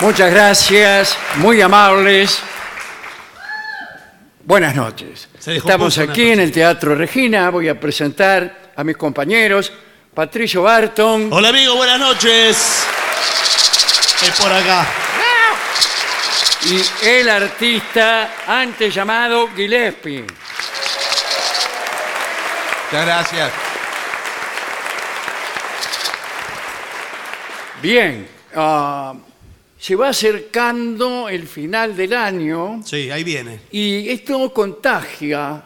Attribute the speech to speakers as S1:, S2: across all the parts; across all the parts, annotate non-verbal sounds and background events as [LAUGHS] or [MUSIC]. S1: Muchas gracias, muy amables. Buenas noches.
S2: Se dejó
S1: Estamos
S2: poco,
S1: aquí en el Teatro Regina. Voy a presentar a mis compañeros Patricio Barton,
S2: Hola amigo, buenas noches. Es por acá.
S1: y el artista antes llamado Gillespie.
S3: Muchas gracias.
S1: Bien, ah, se va acercando el final del año
S2: Sí, ahí viene.
S1: y esto contagia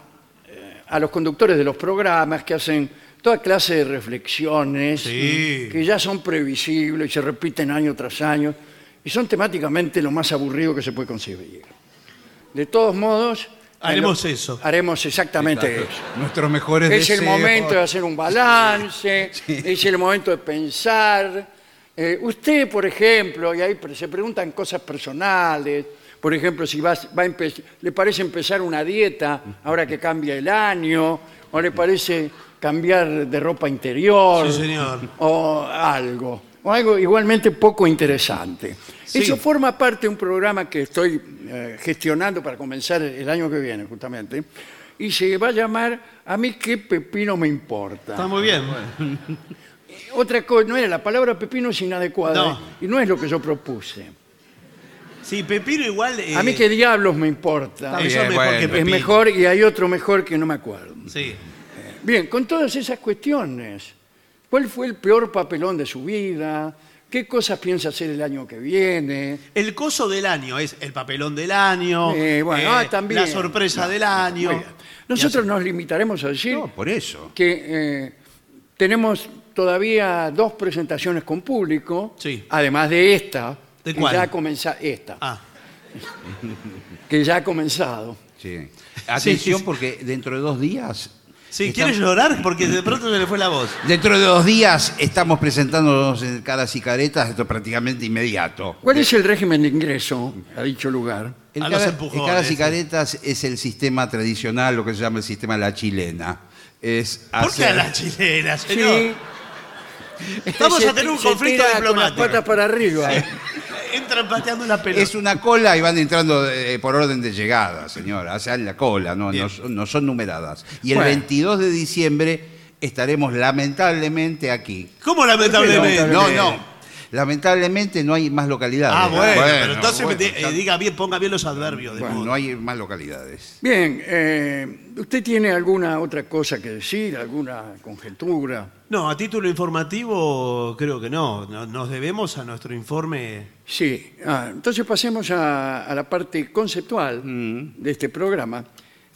S1: eh, a los conductores de los programas que hacen toda clase de reflexiones
S2: Sí.
S1: que ya son previsibles y se repiten año tras año y son temáticamente lo más aburrido que se puede concebir. De todos modos...
S2: Haremos
S1: en lo-
S2: eso.
S1: Haremos exactamente
S3: Exacto.
S1: eso.
S3: Nuestros mejores
S1: Es el
S3: deseos.
S1: momento de hacer un balance,
S3: Sí.
S1: es el momento de pensar. Eh, usted, por ejemplo, y ahí pre- se preguntan cosas personales, por ejemplo, si va, va a empe- le parece empezar una dieta ahora que cambia el año, o le parece cambiar de ropa interior,
S2: Sí, señor.
S1: o algo, o algo igualmente poco interesante. Eso forma parte de un programa que estoy eh, gestionando para comenzar el año que viene, justamente, y se va a llamar A mí qué pepino me importa.
S2: Está muy bien.
S1: Otra cosa, no era, la palabra pepino es inadecuada ¿eh?
S2: No.
S1: y no es lo que yo propuse.
S2: Sí, Pepino igual. eh,
S1: A mí qué diablos me importa. Eh,
S2: está
S3: bien,
S2: eso es mejor
S3: bueno.
S2: que
S3: Es
S1: Es
S2: Pepino.
S1: mejor y hay otro mejor que no me acuerdo.
S2: Sí.
S1: Bien, con todas esas cuestiones, ¿cuál fue el peor papelón de su vida? ¿Qué cosas piensa hacer el año que viene?
S2: El coso del año es el papelón del año.
S1: Eh, bueno, ah, también.
S2: La sorpresa del año.
S1: Muy bien. Nosotros nos limitaremos a decir
S3: No, por eso.
S1: que eh, tenemos todavía dos presentaciones con público,
S2: Sí.
S1: además de esta,
S2: ¿De
S1: que
S2: cuál?
S1: ya comenza- esta,
S2: Ah,
S1: que ya ha comenzado.
S3: Sí. Atención
S2: sí.
S3: porque dentro de dos días...
S2: sí,
S3: estamos-
S2: ¿quiere llorar? Porque de pronto se le fue la voz.
S3: Dentro de dos días estamos presentándonos en Caras y Caretas, esto es prácticamente inmediato. Eh,
S1: ¿Cuál es el régimen de ingreso a dicho lugar?
S3: El
S2: A los
S3: cara-
S2: empujones,
S3: el Caras y
S2: sí.
S3: Caretas es el sistema tradicional, lo que se llama el sistema de la chilena. Es
S2: ¿Por qué a
S3: hacer-
S2: la chilena, señor? Vamos
S1: Se
S2: a tener un
S1: ti-
S2: conflicto
S1: se tira Con las patas
S2: diplomático.
S1: para arriba.
S2: Entran pateando la pelota.
S3: Es una cola y van entrando eh, por orden de llegada, señora. Hacen la cola, no,
S2: Bien.
S3: no, son- no son numeradas. Y el
S1: Bueno.
S3: 22 de diciembre estaremos lamentablemente aquí.
S2: ¿Cómo
S1: Lamentablemente.
S2: lamentablemente?
S3: No, no. Lamentablemente no hay más localidades.
S2: Ah, bueno, pero
S3: Bueno,
S2: entonces
S3: bueno,
S2: me- eh,
S3: ya-
S2: diga bien, ponga bien los adverbios. De
S3: bueno,
S2: modo.
S3: no hay más localidades.
S1: Bien, eh, ¿usted tiene alguna otra cosa que decir? ¿Alguna conjetura?
S2: No, a título informativo creo que no. No- Nos debemos a nuestro informe.
S1: Sí, ah, entonces pasemos a, a la parte conceptual de este programa,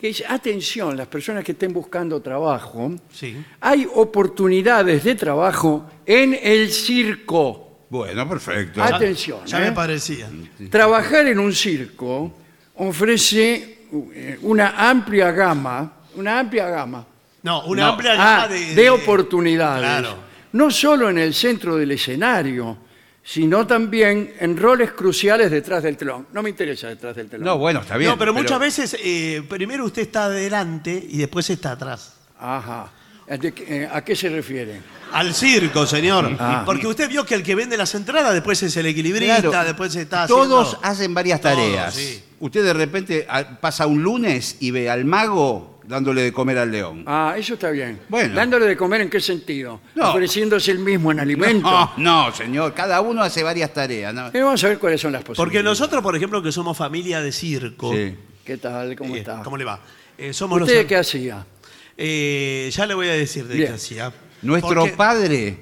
S1: que es, atención, las personas que estén buscando trabajo,
S2: Sí.
S1: hay oportunidades de trabajo en el circo.
S3: Bueno, perfecto.
S1: Atención.
S2: Ya
S1: ¿eh?
S2: me parecía.
S1: Trabajar en un circo ofrece eh, una amplia gama, una amplia gama
S2: No, una
S3: No.
S2: amplia
S1: Ah,
S2: gama de,
S1: de,
S2: de-
S1: oportunidades.
S2: Claro.
S1: No solo en el centro del escenario, sino también en roles cruciales detrás del telón. No me interesa detrás del telón.
S3: No, bueno, está bien.
S2: no, pero muchas veces eh, primero usted está adelante y después está atrás.
S1: Ajá. ¿De qué- eh, ¿A qué se refiere?
S2: Al circo, señor.
S1: Ah.
S2: Porque usted vio que el que vende las entradas después es el equilibrista,
S3: Claro.
S2: después está haciendo-
S3: Todos hacen varias
S2: Todos,
S3: tareas.
S2: sí.
S3: Usted de repente a- pasa un lunes y ve al mago dándole de comer al león.
S1: Ah, eso está bien.
S3: Bueno.
S1: Dándole de comer en qué sentido?
S3: No.
S1: Ofreciéndose el mismo en alimento.
S3: No, no, señor, cada uno hace varias tareas. ¿no?
S1: Eh, vamos a ver cuáles son las
S2: Porque
S1: posibilidades.
S2: nosotros, por ejemplo, que somos familia de circo.
S3: Sí.
S1: ¿Qué tal? ¿Cómo
S2: eh,
S1: está?
S2: ¿Cómo le va? Eh, somos
S1: ¿Usted
S2: los.
S1: qué hacía?
S2: Eh, ya le voy a decir de
S1: Bien.
S2: qué hacía.
S3: Nuestro
S2: Porque-
S3: padre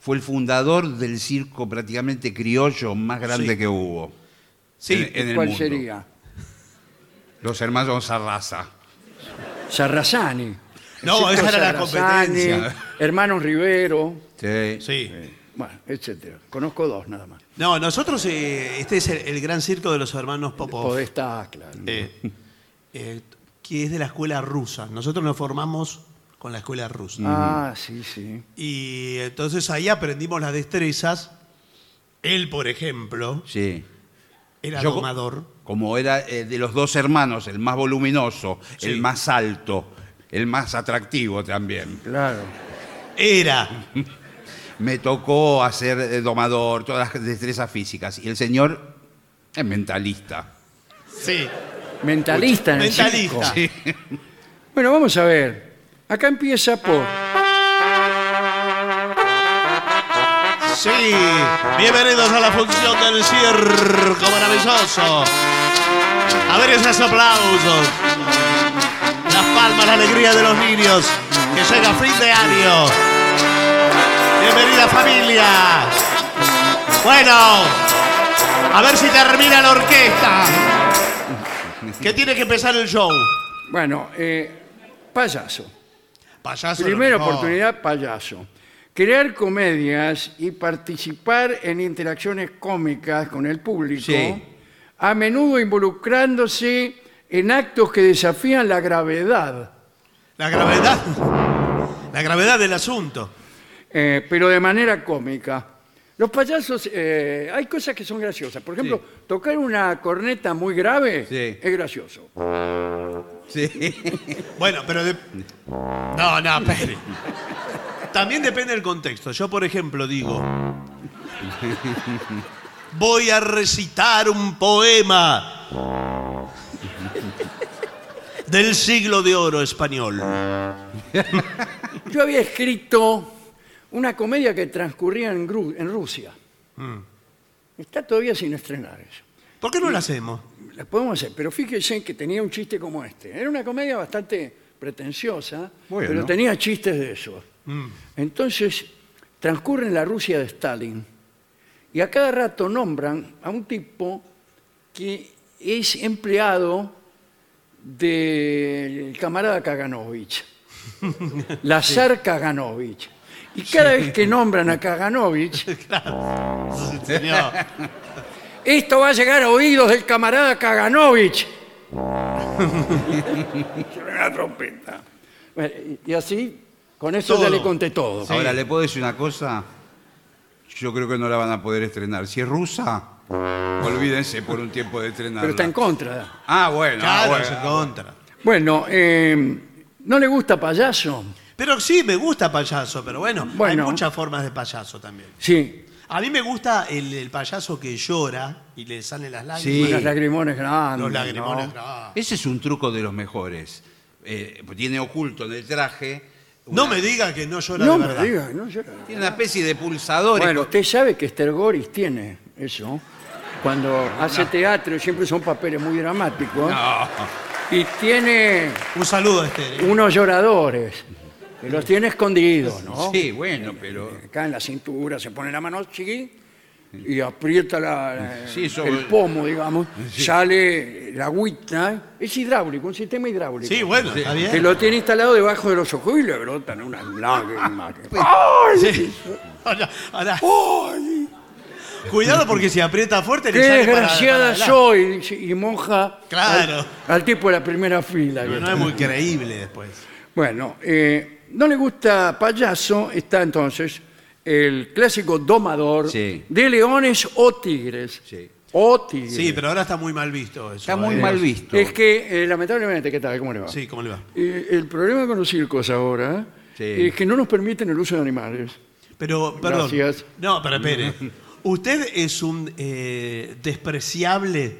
S3: fue el fundador del circo prácticamente criollo más grande
S2: Sí.
S3: que hubo.
S2: Sí.
S3: en, en el
S1: ¿Cuál
S3: mundo.
S1: sería?
S3: Los hermanos Sarraza.
S1: Sarrazani.
S2: No,
S1: El
S2: esa
S1: circo
S2: era la
S1: Sarrazani,
S2: competencia.
S1: Hermanos Rivero.
S3: Sí.
S2: Sí.
S1: bueno, etcétera. Conozco dos nada más.
S2: No, nosotros, eh, este es el, el gran circo de los hermanos Popov,
S1: Podestá, claro.
S2: eh, eh, que es de la escuela rusa. Nosotros nos formamos con la escuela rusa.
S1: Ah, sí, sí.
S2: Y entonces ahí aprendimos las destrezas. Él, por ejemplo,
S3: Sí.
S2: era
S3: Yo-
S2: domador.
S3: Como era eh, de los dos hermanos, el más voluminoso, el más alto, el más atractivo también.
S1: Claro.
S2: Era.
S3: Me tocó hacer eh, domador, todas las destrezas físicas. Y el señor es mentalista.
S2: Sí.
S1: Mentalista en el circo.
S2: Mentalista.
S1: Bueno, vamos a ver. Acá empieza por.
S2: Sí. Bienvenidos a la función del circo maravilloso. A ver esos aplausos. Las palmas, la alegría de los niños. Que llega fin de año. Bienvenida familia. Bueno, a ver si termina la orquesta. Que tiene que empezar el show.
S1: Bueno, eh, payaso.
S2: Payaso.
S1: Primera
S2: lo mejor.
S1: oportunidad, payaso. Crear comedias y participar en interacciones cómicas con el público,
S3: Sí.
S1: a menudo involucrándose en actos que desafían la gravedad,
S2: La gravedad. La gravedad del asunto.
S1: eh, pero de manera cómica. Los payasos, eh, hay cosas que son graciosas. Por ejemplo, tocar una corneta muy grave
S3: Sí.
S1: es gracioso.
S3: Sí.
S2: Bueno, pero de- No, no, espere. También depende del contexto. Yo, por ejemplo, digo... Voy a recitar un poema del siglo de oro español.
S1: Yo había escrito una comedia que transcurría en, Gru- en Rusia. Está todavía sin estrenar eso.
S2: ¿Por qué no lo hacemos?
S1: La podemos hacer, pero fíjense que tenía un chiste como este. Era una comedia bastante pretenciosa,
S3: Bueno.
S1: pero tenía chistes de esos. Entonces, transcurre en la Rusia de Stalin y a cada rato nombran a un tipo que es empleado del camarada Kaganovich, Lazar Kaganovich. Y cada vez que nombran a Kaganovich,
S2: Señor.
S1: esto va a llegar a oídos del camarada
S2: [LAUGHS]
S1: Kaganovich. Suena una trompeta. Bueno, Y y así, con eso ya
S2: Todo.
S1: le conté todo.
S2: Sí.
S3: [LAUGHS] Ahora, ¿le puedo decir una cosa? Yo creo que no la van a poder estrenar. Si es rusa, olvídense por un tiempo de estrenarla.
S1: Pero está en contra.
S3: Ah, bueno. ah,
S2: Claro,
S3: bueno.
S2: es en contra.
S1: Bueno, eh, ¿no le gusta payaso?
S2: Pero sí, me gusta payaso, pero bueno,
S1: Bueno.
S2: hay muchas formas de payaso también.
S1: Sí,
S2: A mí me gusta el, el payaso que llora y le salen las lágrimas.
S3: Sí.
S1: los lagrimones grandes.
S2: Los
S1: ¿no?
S2: lagrimones. No,
S3: Ese es un truco de los mejores. Eh, tiene oculto en el traje.
S2: No
S3: una-
S2: me diga que no llora
S1: No
S2: de
S1: me
S2: verdad.
S1: diga, no yo-
S3: Tiene una especie de pulsadores.
S1: Bueno,
S3: con-
S1: usted sabe que Estergoris tiene eso. Cuando hace teatro siempre son papeles muy dramáticos.
S3: No.
S1: Y tiene
S2: Un saludo, este. Esther.
S1: unos lloradores. Que los tiene escondidos, ¿no?
S3: Sí, bueno, pero.
S1: Acá en la cintura se pone la mano así y aprieta la- la- eh,
S3: Sí, sobre-
S1: el pomo, digamos. Sale la agüita. ¿eh? Es hidráulico, un sistema hidráulico.
S2: Sí, bueno, está
S1: Que
S2: bien.
S1: lo tiene instalado debajo de los ojos y le brotan unas
S2: [LAUGHS]
S1: lágrimas.
S2: Pues, Sí. [LAUGHS] Ahora- ahora- Cuidado porque si aprieta fuerte
S1: ¡Qué
S2: le sale para- para
S1: desgraciada
S2: adelante.
S1: soy! dice, Y moja
S2: Claro.
S1: al, al tipo de la primera fila.
S2: Pero no es muy creíble después.
S1: Bueno, eh, no le gusta payaso, está entonces el clásico domador
S3: Sí.
S1: de leones o tigres.
S3: Sí.
S1: O tigres.
S2: Sí, pero ahora está muy mal visto eso.
S3: Está muy
S2: eh.
S3: mal visto.
S1: Es que, eh, lamentablemente, ¿qué tal? ¿Cómo le va?
S2: Sí, ¿cómo le va?
S1: Eh, el problema con los circos ahora
S3: Sí.
S1: es que no nos permiten el uso de animales.
S2: Pero, perdón.
S1: Gracias.
S2: No, pero espere. Usted es un eh, despreciable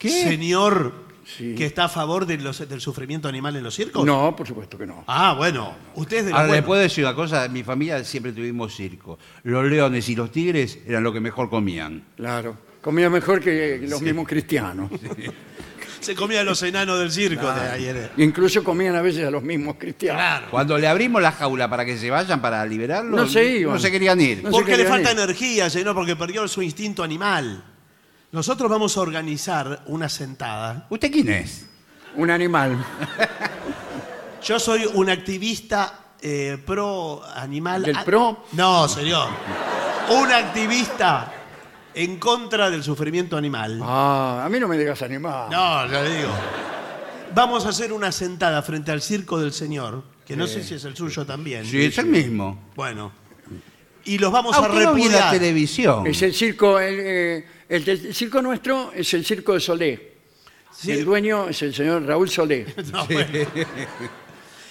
S2: señor
S1: Sí.
S2: que está a favor de los- del sufrimiento animal en los circos.
S1: No, por supuesto que no.
S2: Ah, bueno. Usted es de los
S3: Ahora, Ah, ¿le
S2: buenos.
S3: puedo decir una cosa? En mi familia siempre tuvimos circo. Los leones y los tigres eran lo que mejor comían.
S1: Claro. Comía mejor que los mismos cristianos.
S2: Se comía a los enanos del circo de ayer.
S1: Incluso comían a veces a los mismos cristianos.
S2: Claro.
S3: Cuando le abrimos la jaula para que se vayan, para liberarlos,
S1: No se iban.
S3: no se querían ir.
S1: No se
S2: Porque le
S1: querían
S2: falta
S1: ir.
S2: energía, señor, porque perdió su instinto animal. Nosotros vamos a organizar una sentada.
S3: ¿Usted quién es?
S1: Un animal.
S2: Yo soy un activista eh, pro animal.
S1: ¿Del
S2: Ah,
S1: pro?
S2: No, señor. Un activista en contra del sufrimiento animal.
S1: Ah, a mí no me digas animal.
S2: No, ya le digo. Vamos a hacer una sentada frente al circo del señor, que no sé si es el suyo también.
S3: Sí, es el mismo.
S2: Bueno. Y los vamos
S3: Ah,
S2: a
S3: usted no vio la
S2: repudiar.
S3: televisión.
S1: Es el circo, el, eh, el del- el circo nuestro es el circo de Solé.
S2: Sí.
S1: El dueño es el señor Raúl Solé.
S2: [LAUGHS] No, bueno.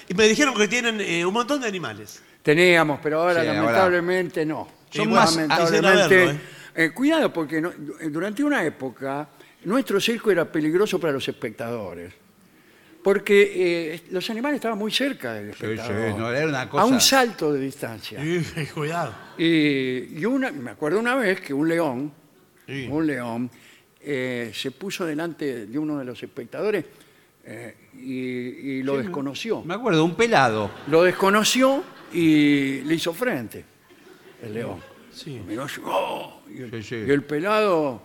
S2: Y me dijeron que tienen eh, un montón de animales.
S1: Teníamos, pero ahora
S3: Sí, ahora-
S1: lamentablemente no.
S3: Son
S1: Y
S3: más-
S1: lamentablemente.
S2: quisiera verlo,
S1: eh, cuidado, porque no- durante una época nuestro circo era peligroso para los espectadores. Porque eh, los animales estaban muy cerca del espectador.
S3: sí, no, era una cosa-
S1: A un salto de distancia.
S2: Sí, Cuidado.
S1: Y, y una, me acuerdo una vez que un león,
S2: Sí.
S1: un león, eh, se puso delante de uno de los espectadores eh, y, y lo desconoció.
S3: Me acuerdo, un pelado.
S1: Lo desconoció y le hizo frente el león.
S2: Sí.
S1: Miró así, ¡oh! y, el,
S3: Sí, sí.
S1: y el pelado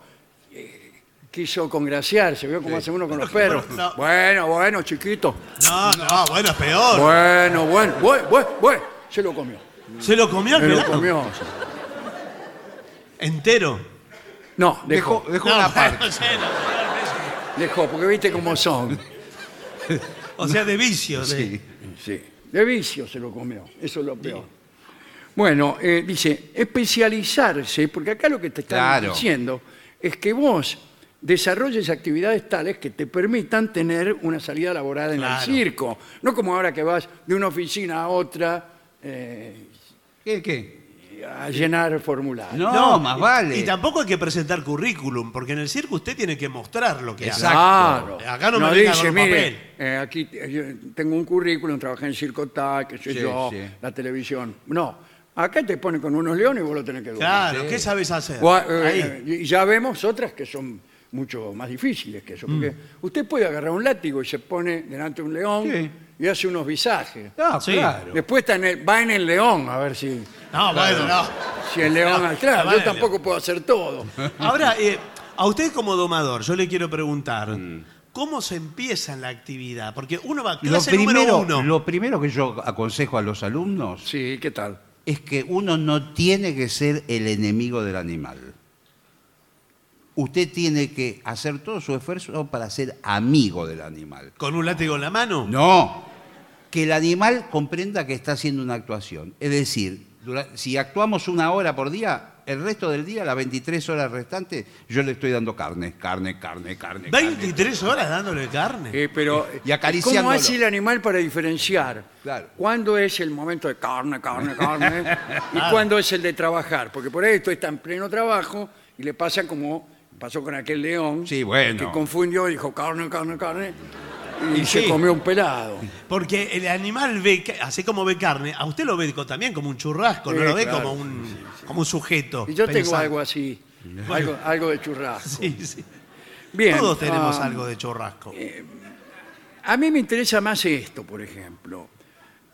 S1: eh, quiso congraciarse, vio cómo hace uno con los perros.
S2: No.
S1: Bueno, bueno, chiquito.
S2: No, no, bueno, es peor.
S1: Bueno, bueno, bueno, bueno, bueno. Se lo comió.
S2: Se lo comió el
S1: Se lo
S2: pelado?
S1: comió.
S2: Entero.
S1: No, dejó.
S3: Dejó, dejó
S2: No,
S3: una
S2: bueno, [LAUGHS]
S3: parte.
S2: sí, no.
S1: Dejó, porque viste cómo son.
S2: O sea, de vicio. de-
S3: Sí.
S1: Sí. De vicio se lo comió. Eso es lo peor. Bueno, eh, dice, especializarse, porque acá lo que te están
S3: Claro.
S1: diciendo es que vos desarrolles actividades tales que te permitan tener una salida laboral en
S2: Claro.
S1: el circo. No como ahora que vas de una oficina a otra eh,
S3: ¿Qué, qué?
S1: a llenar formularios.
S3: No, más
S2: y-
S3: vale.
S2: Y tampoco hay que presentar currículum, porque en el circo usted tiene que mostrar lo que hace.
S3: Exacto.
S1: Claro.
S2: Acá no me venga con un papel.
S1: eh, aquí eh, yo tengo un currículum, trabajé en Circo Tal, qué sé
S3: Sí,
S1: yo,
S3: sí.
S1: la televisión. No, acá te ponen con unos leones y vos lo tenés que doblar.
S2: Claro, ¿qué sabes hacer?
S1: Gua- eh,
S2: Ahí.
S1: y ya vemos otras que son mucho más difíciles que eso. Porque
S2: Mm.
S1: usted puede agarrar un látigo y se pone delante de un león
S3: Sí.
S1: y hace unos visajes.
S3: No,
S2: Sí.
S3: claro.
S1: Después está en el- va en el león a ver si,
S2: No, bueno, no.
S1: si
S2: [LAUGHS]
S1: el león
S2: No,
S1: atrás.
S2: va en
S1: Yo
S2: el
S1: tampoco puedo hacer
S2: [LAUGHS]
S1: todo.
S3: [LAUGHS]
S2: Ahora, eh, a usted como domador, yo le quiero preguntar, ¿cómo se empieza en la actividad? Porque uno va a
S3: Mm. Lo
S2: clase número
S3: primero,
S2: uno.
S3: lo primero que yo aconsejo a los alumnos
S1: Sí, ¿qué tal?
S3: es que uno no tiene que ser el enemigo del animal. Usted tiene que hacer todo su esfuerzo para ser amigo del animal.
S2: ¿Con un látigo en la mano?
S3: No, que el animal comprenda que está haciendo una actuación. Es decir, dura- si actuamos una hora por día, el resto del día, las 23 horas restantes, yo le estoy dando carne, carne, carne, carne. carne.
S2: 23 horas dándole carne.
S1: Eh, pero,
S3: Y acariciándolo.
S1: ¿Cómo hace el animal para diferenciar?
S3: Claro.
S1: ¿Cuándo es el momento de carne, carne,
S2: [LAUGHS]
S1: carne? ¿Y cuándo es el de trabajar? Porque por ahí esto está en pleno trabajo y le pasa como pasó con aquel león.
S3: Sí, bueno.
S1: Que confundió y dijo carne, carne, carne. Y,
S2: Y
S1: se
S2: sí.
S1: comió un pelado.
S2: Porque el animal ve, ca- así como ve carne, a usted lo ve co- también como un churrasco,
S1: Sí,
S2: no lo ve
S1: claro.
S2: como, un, como un sujeto.
S1: Y yo tengo
S2: pensante.
S1: algo así. Algo, algo de churrasco.
S2: [LAUGHS] Sí, sí.
S1: Bien.
S2: Todos tenemos
S1: ah,
S2: algo de churrasco.
S1: A mí me interesa más esto, por ejemplo.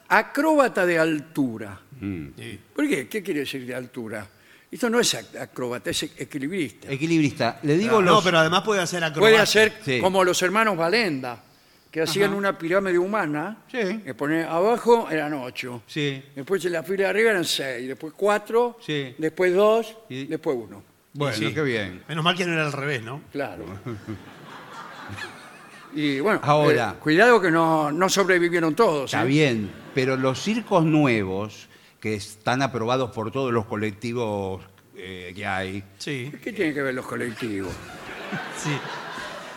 S1: Acróbata de altura.
S2: Sí.
S1: ¿Por qué? ¿Qué quiere decir de altura? Esto no es ac- acróbata, es e-, equilibrista.
S3: Equilibrista, le digo
S2: no,
S3: los-
S2: pero además puede hacer acrobacia.
S1: Puede hacer
S3: Sí.
S1: como los hermanos Valenda, que hacían una pirámide humana,
S3: Sí.
S1: que ponían abajo eran ocho,
S3: Sí,
S1: después en la fila de arriba eran seis, después cuatro,
S3: Sí.
S1: después dos,
S3: Y-
S1: después uno.
S3: bueno,
S2: Sí.
S3: qué bien.
S2: Menos mal que no era al revés, ¿no?
S3: [LAUGHS]
S1: Claro. Y bueno,
S3: Ahora.
S1: eh, cuidado que no, no sobrevivieron todos.
S3: Está
S1: ¿eh?
S3: bien, pero los circos nuevos, que están aprobados por todos los colectivos eh, que hay,
S2: Sí,
S1: ¿Qué tienen que ver los colectivos?
S2: sí.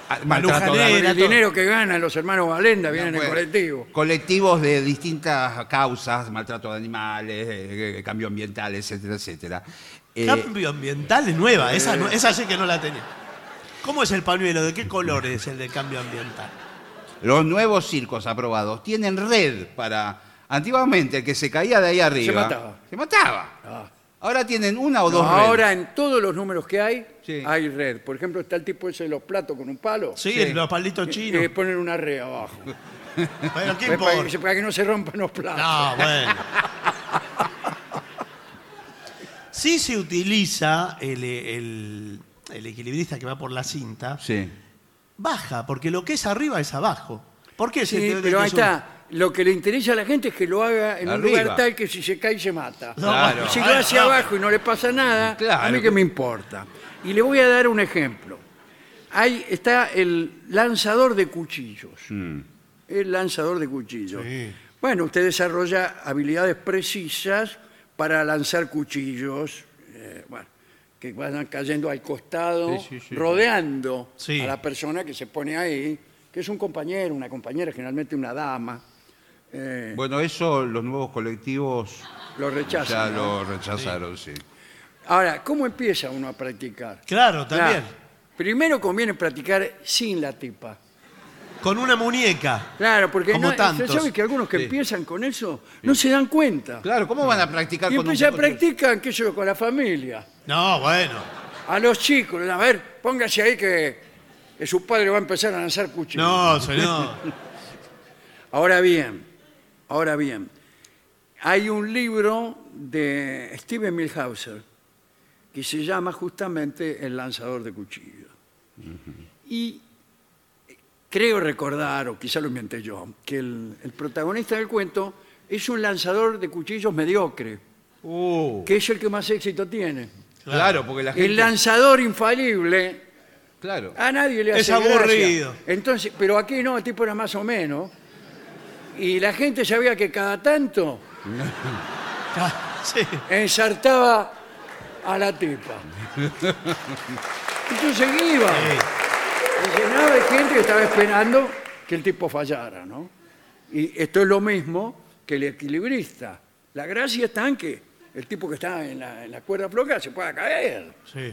S3: ah, maltrato de-
S2: Lujanera,
S1: El
S2: todo.
S1: dinero que ganan los hermanos Valenda viene en el
S3: Bueno,
S1: colectivo.
S3: Colectivos de distintas causas, maltrato de animales, eh, eh, cambio ambiental, etcétera, etcétera. Eh,
S2: Cambio ambiental es
S1: Eh.
S2: nueva, esa, no- esa sí que no la tenía. ¿Cómo es el pañuelo? ¿De qué color es el del cambio ambiental?
S3: los nuevos circos aprobados tienen red para... Antiguamente el que se caía de ahí arriba...
S1: mataba.
S3: se mataba.
S1: Ah.
S3: Ahora tienen una o
S1: No,
S3: dos redes.
S1: ahora en todos los números que hay,
S3: Sí.
S1: hay red. Por ejemplo, está el tipo ese de los platos con un palo.
S2: Sí,
S3: Sí.
S2: los palitos
S1: Y
S2: chinos.
S1: le ponen una red abajo.
S2: Pero ¿qué
S1: Pues Para que,
S2: importa?
S1: se- para que no se rompan los platos.
S2: No, bueno. Sí se utiliza el, el- el equilibrista que va por la cinta.
S3: Sí.
S2: Baja, porque lo que es arriba es abajo. ¿Por qué
S1: Sí,
S2: se entiende
S1: pero
S2: que
S1: ahí
S2: es un-
S1: está. Lo que le interesa a la gente es que lo haga en un
S3: Arriba.
S1: lugar tal que si se cae se mata.
S3: Claro.
S1: Y Si va hacia
S4: Ah, no.
S1: abajo y no le pasa nada,
S3: Claro.
S1: a mí que me importa. Y le voy a dar un ejemplo. Ahí está el lanzador de cuchillos.
S3: Mm.
S1: El lanzador de cuchillos.
S4: Sí.
S1: Bueno, usted desarrolla habilidades precisas para lanzar cuchillos, eh, bueno, que van cayendo al costado,
S3: Sí, sí, sí.
S1: rodeando
S4: Sí.
S1: a la persona que se pone ahí, que es un compañero, una compañera, generalmente una dama. eh,
S3: Bueno, eso los nuevos colectivos
S1: lo
S3: ya
S1: rechazan. ¿no?
S3: lo rechazaron, sí.
S1: Ahora, ¿cómo empieza uno a practicar?
S4: Claro, también.
S1: Claro, Primero conviene practicar sin la tipa.
S4: Con una muñeca.
S1: Claro, porque
S4: Como
S1: no,
S4: tantos.
S1: usted sabe que algunos que
S3: Sí.
S1: empiezan con eso no se dan cuenta.
S3: Claro, ¿cómo van a practicar
S1: Ah. Y
S3: con un
S1: empiezan,
S3: poco de-
S1: practican, qué sé yo, con la familia.
S4: No, bueno.
S1: A los chicos, a ver, póngase ahí que, que su padre va a empezar a lanzar cuchillos.
S4: No, señor.
S1: Ahora bien, ahora bien, hay un libro de Steven Milhauser que se llama justamente El lanzador de cuchillos. Y creo recordar, o quizá lo inventé yo, que el, el protagonista del cuento es un lanzador de cuchillos mediocre,
S4: Uh,
S1: que es el que más éxito tiene.
S3: Claro, porque la gente.
S1: El Ah, lanzador infalible
S3: Claro.
S1: a nadie le hace
S4: Es aburrido.
S1: gracia. Entonces, pero aquí no, el tipo era más o menos. Y la gente sabía que cada tanto
S4: sí.
S1: ensartaba a la tipa. Entonces iba. Se llenaba de gente que estaba esperando que el tipo fallara, ¿no? Y esto es lo mismo que el equilibrista. La gracia está en que el tipo que está en la, en la cuerda floja se pueda caer.
S4: Sí.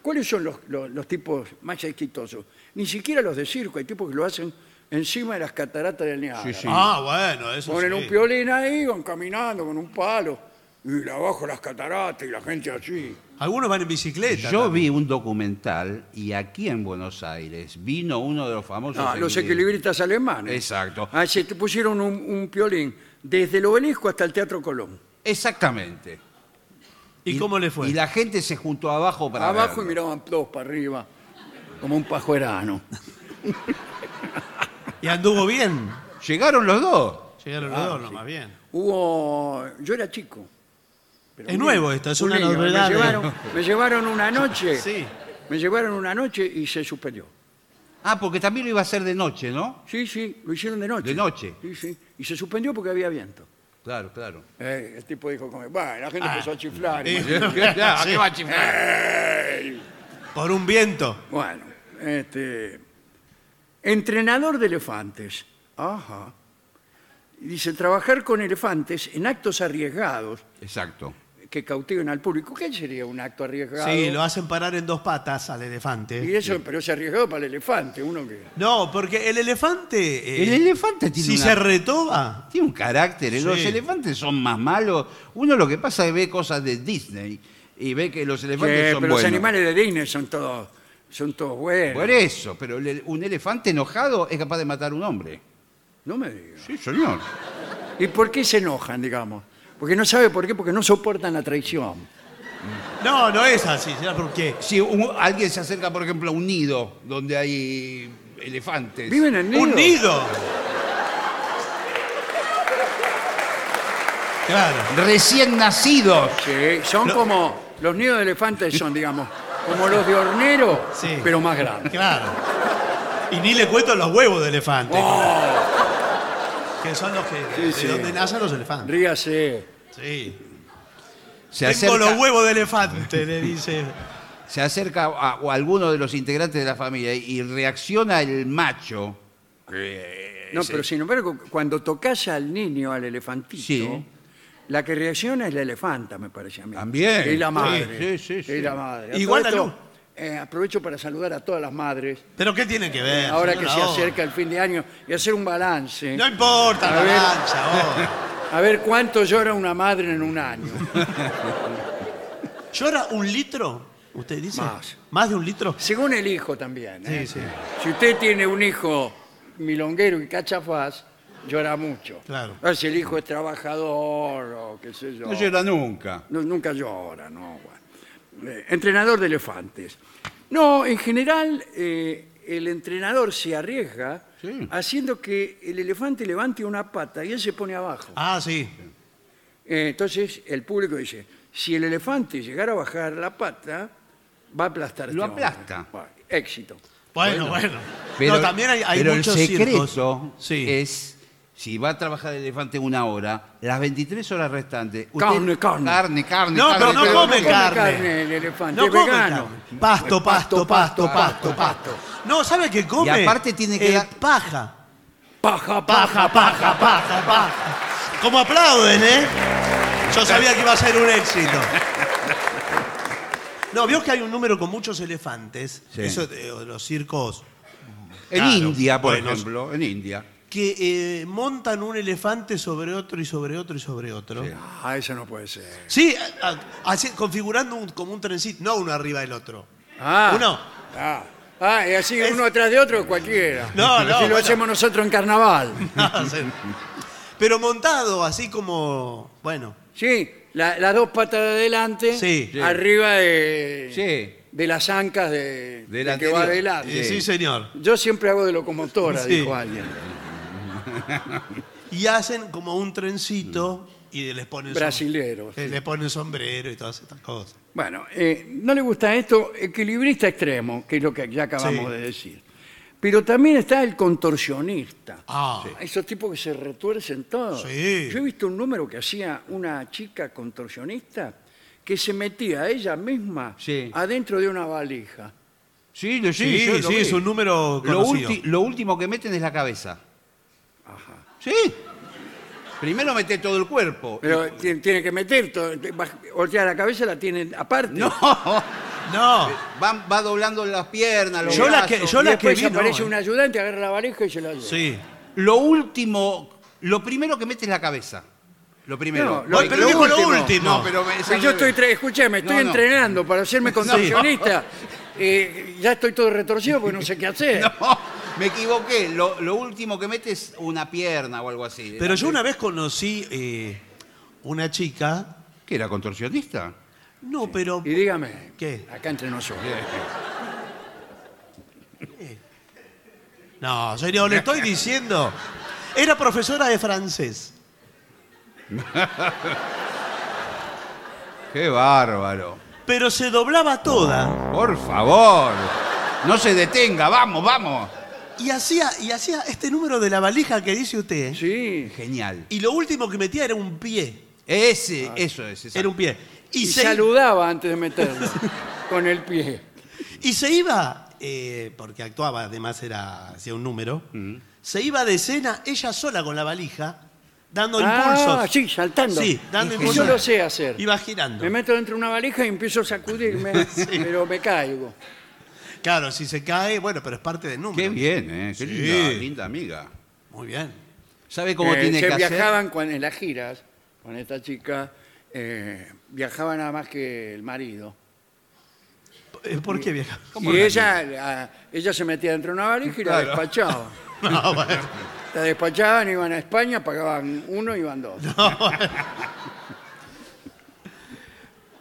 S1: ¿Cuáles son los, los- los tipos más exitosos? Ni siquiera los de circo, hay tipos que lo hacen encima de las cataratas del Niágara.
S3: Sí.
S4: Ah, bueno, eso
S1: Ponen
S4: sí.
S1: un piolín ahí, van caminando con un palo, y la bajo las cataratas y la gente así.
S4: Algunos van en bicicleta.
S3: Yo
S4: también.
S3: vi un documental y aquí en Buenos Aires vino uno de los famosos.
S1: Ah, los
S3: equilibristas.
S1: equilibristas alemanes.
S3: Exacto.
S1: Ah, se te pusieron un, un piolín desde el obelisco hasta el Teatro Colón.
S3: Exactamente.
S4: ¿Y cómo le fue?
S3: Y la gente se juntó abajo para.
S1: Abajo y
S3: verlo.
S1: miraban todos para arriba, como un pajuerano.
S4: ¿Y anduvo bien?
S3: Llegaron los dos.
S4: Llegaron
S3: Ah,
S4: los dos, no, más bien.
S1: Hubo. Yo era chico. pero
S4: Es
S1: un
S4: nuevo
S1: niño,
S4: esto, es
S1: un
S4: una
S1: niño.
S4: novedad. eh.
S1: Me llevaron, me llevaron una noche.
S4: Sí.
S1: Me llevaron una noche y se suspendió.
S3: Ah, porque también lo iba a hacer de noche, ¿no?
S1: Sí, sí, lo hicieron de noche.
S3: De noche.
S1: Sí, sí. Y se suspendió porque había viento.
S3: Claro, [LAUGHS] claro.
S1: Eh, el tipo dijo, como, "Bah", la
S4: Ah.
S1: gente empezó a chiflar.
S4: Sí.
S3: Claro,
S4: Sí.
S3: Ah, ¿qué va a chiflar?
S4: Por un viento.
S1: Bueno, este. Entrenador de elefantes. Ajá. Y Dice, trabajar con elefantes en actos arriesgados
S3: Exacto.
S1: que cautiven al público. ¿Qué sería un acto arriesgado?
S4: Sí, lo hacen parar en dos patas al elefante.
S1: Y eso, pero es arriesgado para el elefante, uno que.
S4: No, porque el elefante. eh,
S3: El elefante tiene
S4: Si
S3: una-
S4: se retoba.
S3: Tiene un carácter. ¿eh? Los
S4: Sí.
S3: elefantes son más malos. Uno lo que pasa es que ve cosas de Disney y ve que los
S1: Sí,
S3: elefantes
S1: Eh, pero
S3: son
S1: los
S3: buenos.
S1: animales de Disney son todos, son todos buenos.
S3: Por eso, pero el- un elefante enojado es capaz de matar a un hombre.
S1: No me digas.
S3: Sí, señor.
S1: ¿Y por qué se enojan, digamos? Porque no sabe por qué, porque no soportan la traición.
S4: No, no es así, ¿será por qué?
S3: Si un- alguien se acerca, por ejemplo, a un nido donde hay elefantes.
S1: Viven en nidos.
S4: ¡Un nido! Claro.
S3: Recién nacidos.
S1: Sí, son como los nidos de elefantes son, digamos, como los de hornero,
S4: Sí.
S1: pero más grandes.
S4: Claro. Y ni le cuento los huevos de elefante,
S1: ¡Oh!
S4: que son los que.
S1: Sí,
S4: de
S1: sí.
S4: donde nacen los elefantes.
S1: Ríase.
S4: Sí.
S3: Se
S4: Tengo los
S3: acerca,
S4: huevos de elefante, le dice.
S3: se acerca a, a alguno de los integrantes de la familia y, y reacciona el macho.
S1: No, pero sin embargo, cuando tocas al niño, al elefantito,
S3: Sí.
S1: la que reacciona es la elefanta, me parece a mí.
S3: También.
S1: Y la madre.
S3: Sí, sí, sí,
S1: Y
S3: sí.
S1: la madre. A
S4: Igual
S1: todo
S4: la
S1: esto,
S4: luz.
S1: eh, aprovecho para saludar a todas las madres,
S4: ¿Pero qué tiene que ver?
S1: ahora que
S4: señora
S1: se
S4: Oz?
S1: acerca el fin de año, y hacer un balance.
S4: No importa
S1: A
S4: la
S1: ver.
S4: lancha, ahora.
S1: A ver cuánto llora una madre en un año.
S4: ¿Llora un litro? ¿Usted dice?
S1: Más.
S4: ¿Más de un litro?
S1: Según el hijo también. ¿eh?
S4: Sí, sí.
S1: Si usted tiene un hijo milonguero y cachafaz, llora mucho.
S4: Claro.
S1: Ahora, si el hijo es trabajador o qué sé yo.
S3: No llora nunca.
S1: No, nunca llora, no. bueno. Eh, entrenador de elefantes. No, en general eh, el entrenador se arriesga
S3: Sí.
S1: haciendo que el elefante levante una pata y él se pone abajo.
S2: Ah, sí.
S1: Eh, entonces el público dice, si el elefante llegara a bajar la pata, va a aplastar. a
S3: Lo
S1: este hombre".
S3: aplasta.
S1: Bueno, éxito.
S2: Bueno, bueno.
S3: Pero,
S2: no, también hay, hay
S3: pero
S2: muchos
S3: el secreto
S2: circos. Sí.
S3: es, si va a trabajar el elefante una hora, las 23 horas restantes...
S1: Carne, carne.
S3: Carne, carne,
S2: No,
S3: carne,
S2: pero no
S3: carne,
S2: come
S3: carne.
S2: carne.
S1: el elefante,
S2: No
S1: es
S2: come
S1: vegano.
S2: carne. Pasto, pasto, pasto, pasto, pasto. No, ¿sabe qué come?
S3: Y aparte tiene que
S2: Eh,
S3: dar-
S2: paja.
S1: Paja,
S2: Paja, paja, paja, paja. Como aplauden, ¿eh? Yo sabía que iba a ser un éxito. No, vio que hay un número con muchos elefantes.
S3: Sí.
S2: Eso de o los circos.
S3: En
S2: Claro,
S3: India, por
S2: bueno,
S3: ejemplo, en India.
S2: Que eh, montan un elefante sobre otro y sobre otro y sobre otro. Sí,
S1: Ah, eso no puede ser.
S2: a- a- así, configurando un- como un trencito. No uno arriba del otro.
S1: Ah,
S2: Uno.
S1: Ah, Ah, y así uno atrás de otro cualquiera.
S2: No, no,
S1: Así lo
S2: bueno.
S1: hacemos nosotros en carnaval.
S2: [LAUGHS] No, sí. Pero montado, así como. Bueno.
S1: Sí, la- las dos patas de adelante,
S2: Sí. Sí.
S1: arriba de,
S3: Sí.
S1: de las ancas de,
S3: Del
S1: del que
S3: anterior.
S1: va
S2: eh,
S1: adelante.
S2: Sí, señor.
S1: Yo siempre hago de locomotora,
S2: Sí.
S1: dijo alguien.
S2: Y hacen como un trencito y les ponen. som-
S1: Brasilero.
S2: eh, Le ponen sombrero y todas estas cosas.
S1: Bueno, eh, no le gusta esto, equilibrista extremo, que es lo que ya acabamos
S2: Sí.
S1: de decir. Pero también está el contorsionista.
S2: Ah.
S1: Esos tipos que se retuercen todos.
S2: Sí.
S1: Yo he visto un número que hacía una chica contorsionista que se metía ella misma
S3: Sí.
S1: adentro de una valija.
S3: Sí, lo-
S2: Sí,
S3: yo lo
S2: sí,
S3: vi.
S2: es un número
S3: Lo,
S2: conocido.
S3: ulti- lo último que meten es la cabeza. Sí. Primero mete todo el cuerpo.
S1: Pero ti- tiene que meter, todo, baj- voltear la cabeza la tienen aparte.
S3: No.
S2: No,
S3: Va, va doblando las piernas, los
S2: Yo la
S3: brazos.
S2: que- yo
S1: y
S2: la
S1: después
S2: que vi, no,
S1: aparece
S2: eh.
S1: un ayudante, agarra la valija y se la lleva.
S2: sí.
S3: Lo último, lo primero que mete es la cabeza. Lo primero.
S1: No, lo-
S3: Voy-
S1: pero dijo lo
S2: último.
S3: No, pero me-
S1: Si yo
S3: [LAUGHS]
S1: estoy, tra- escúchame, estoy
S3: No, no.
S1: entrenando para
S2: [LAUGHS]
S1: hacerme contorsionista. Eh, ya estoy todo retorcido porque no sé qué
S2: [LAUGHS]
S1: hacer.
S3: No, me equivoqué. Lo, lo último que mete es una pierna o algo así.
S2: Pero yo una vez conocí eh, una chica.
S3: ¿Qué era contorsionista? [LAUGHS]
S2: No, pero.
S1: Y dígame,
S2: ¿Qué?
S1: Acá entre nosotros.
S2: No, señor, le estoy diciendo. Era profesora de francés.
S3: Qué bárbaro.
S2: Pero se doblaba toda.
S3: Por favor. No se detenga, vamos, vamos.
S2: Y hacía, y hacía este número de la valija que dice usted.
S1: Sí.
S3: Genial.
S2: Y lo último que metía era un pie. Ah,
S3: Ese, eso es. exacto.
S2: Era un pie. Y,
S1: Y,
S2: se,
S1: saludaba antes de meterlo [LAUGHS] con el pie.
S2: y se iba, eh, porque actuaba, además era hacía un número, se iba de escena ella sola con la valija, dando
S1: Ah,
S2: impulsos.
S1: sí, saltando.
S2: Sí, dando
S1: Eso
S2: impulsos.
S1: lo sé hacer.
S2: Iba girando.
S1: Me meto dentro de una valija y empiezo a
S3: [LAUGHS]
S1: sacudirme, pero me caigo.
S2: Claro, si se cae, bueno, pero es parte del número.
S3: Qué bien, ¿eh?
S2: Sí.
S3: Qué linda, linda amiga.
S2: Muy bien.
S3: ¿Sabe cómo
S1: Eh,
S3: tiene
S1: se
S3: que hacer?
S1: viajaban cuan- en las giras con esta chica, eh, viajaba nada más que el marido.
S2: Eh, ¿Por qué viaja?
S3: ¿Cómo
S1: y
S3: la
S1: ella, la- ella se metía dentro de una valija y la
S3: Claro.
S1: despachaba.
S2: [LAUGHS] No, bueno.
S1: La despachaban, iban a España, pagaban uno, iban dos.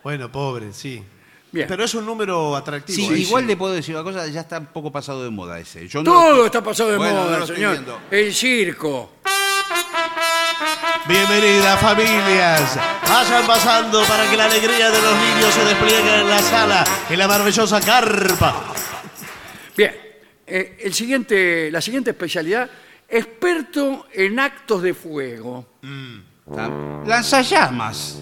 S2: Bueno, pobre, sí.
S1: Bien.
S2: Pero es un número atractivo. ¿eh?
S3: Sí,
S2: ahí
S3: igual
S2: sí.
S3: le puedo decir una cosa, ya está un poco pasado de moda ese. Yo no-
S1: Todo está pasado de
S3: Bueno, no
S1: moda,
S3: lo estoy
S1: señor.
S3: viendo.
S1: El circo.
S2: Bienvenidas familias, vayan pasando para que la alegría de los niños se despliegue en la sala, en la maravillosa carpa.
S1: Bien, eh, el siguiente, la siguiente especialidad, experto en actos de fuego.
S3: Ah, Lanzallamas.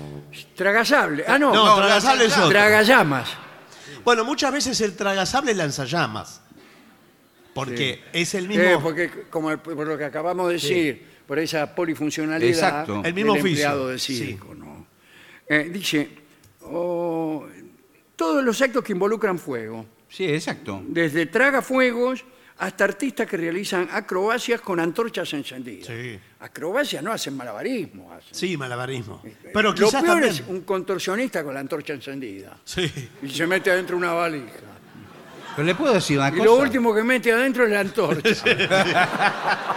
S1: Tragasable. Ah, no,
S2: No,
S1: no,
S2: tragasable es otro.
S1: tragallamas.
S2: Bueno, muchas veces el tragasable lanza llamas, porque es el mismo,
S1: Eh, porque, como el- por lo que acabamos de decir, por esa polifuncionalidad
S3: Exacto.
S1: del
S2: El mismo oficio.
S1: empleado de
S2: Sí.
S1: circo, ¿no? Eh, dice, oh, todos los actos que involucran fuego,
S3: Sí, exacto.
S1: desde tragafuegos hasta artistas que realizan acrobacias con antorchas encendidas.
S2: Sí.
S1: Acrobacias no hacen malabarismo. hacen.
S2: sí, malabarismo. Pero
S1: lo
S2: quizás
S1: peor
S2: también...
S1: es un contorsionista con la antorcha encendida
S2: Sí.
S1: y se mete adentro una valija.
S3: Pero le puedo decir una
S1: Y
S3: cosa.
S1: lo último que mete adentro es la antorcha.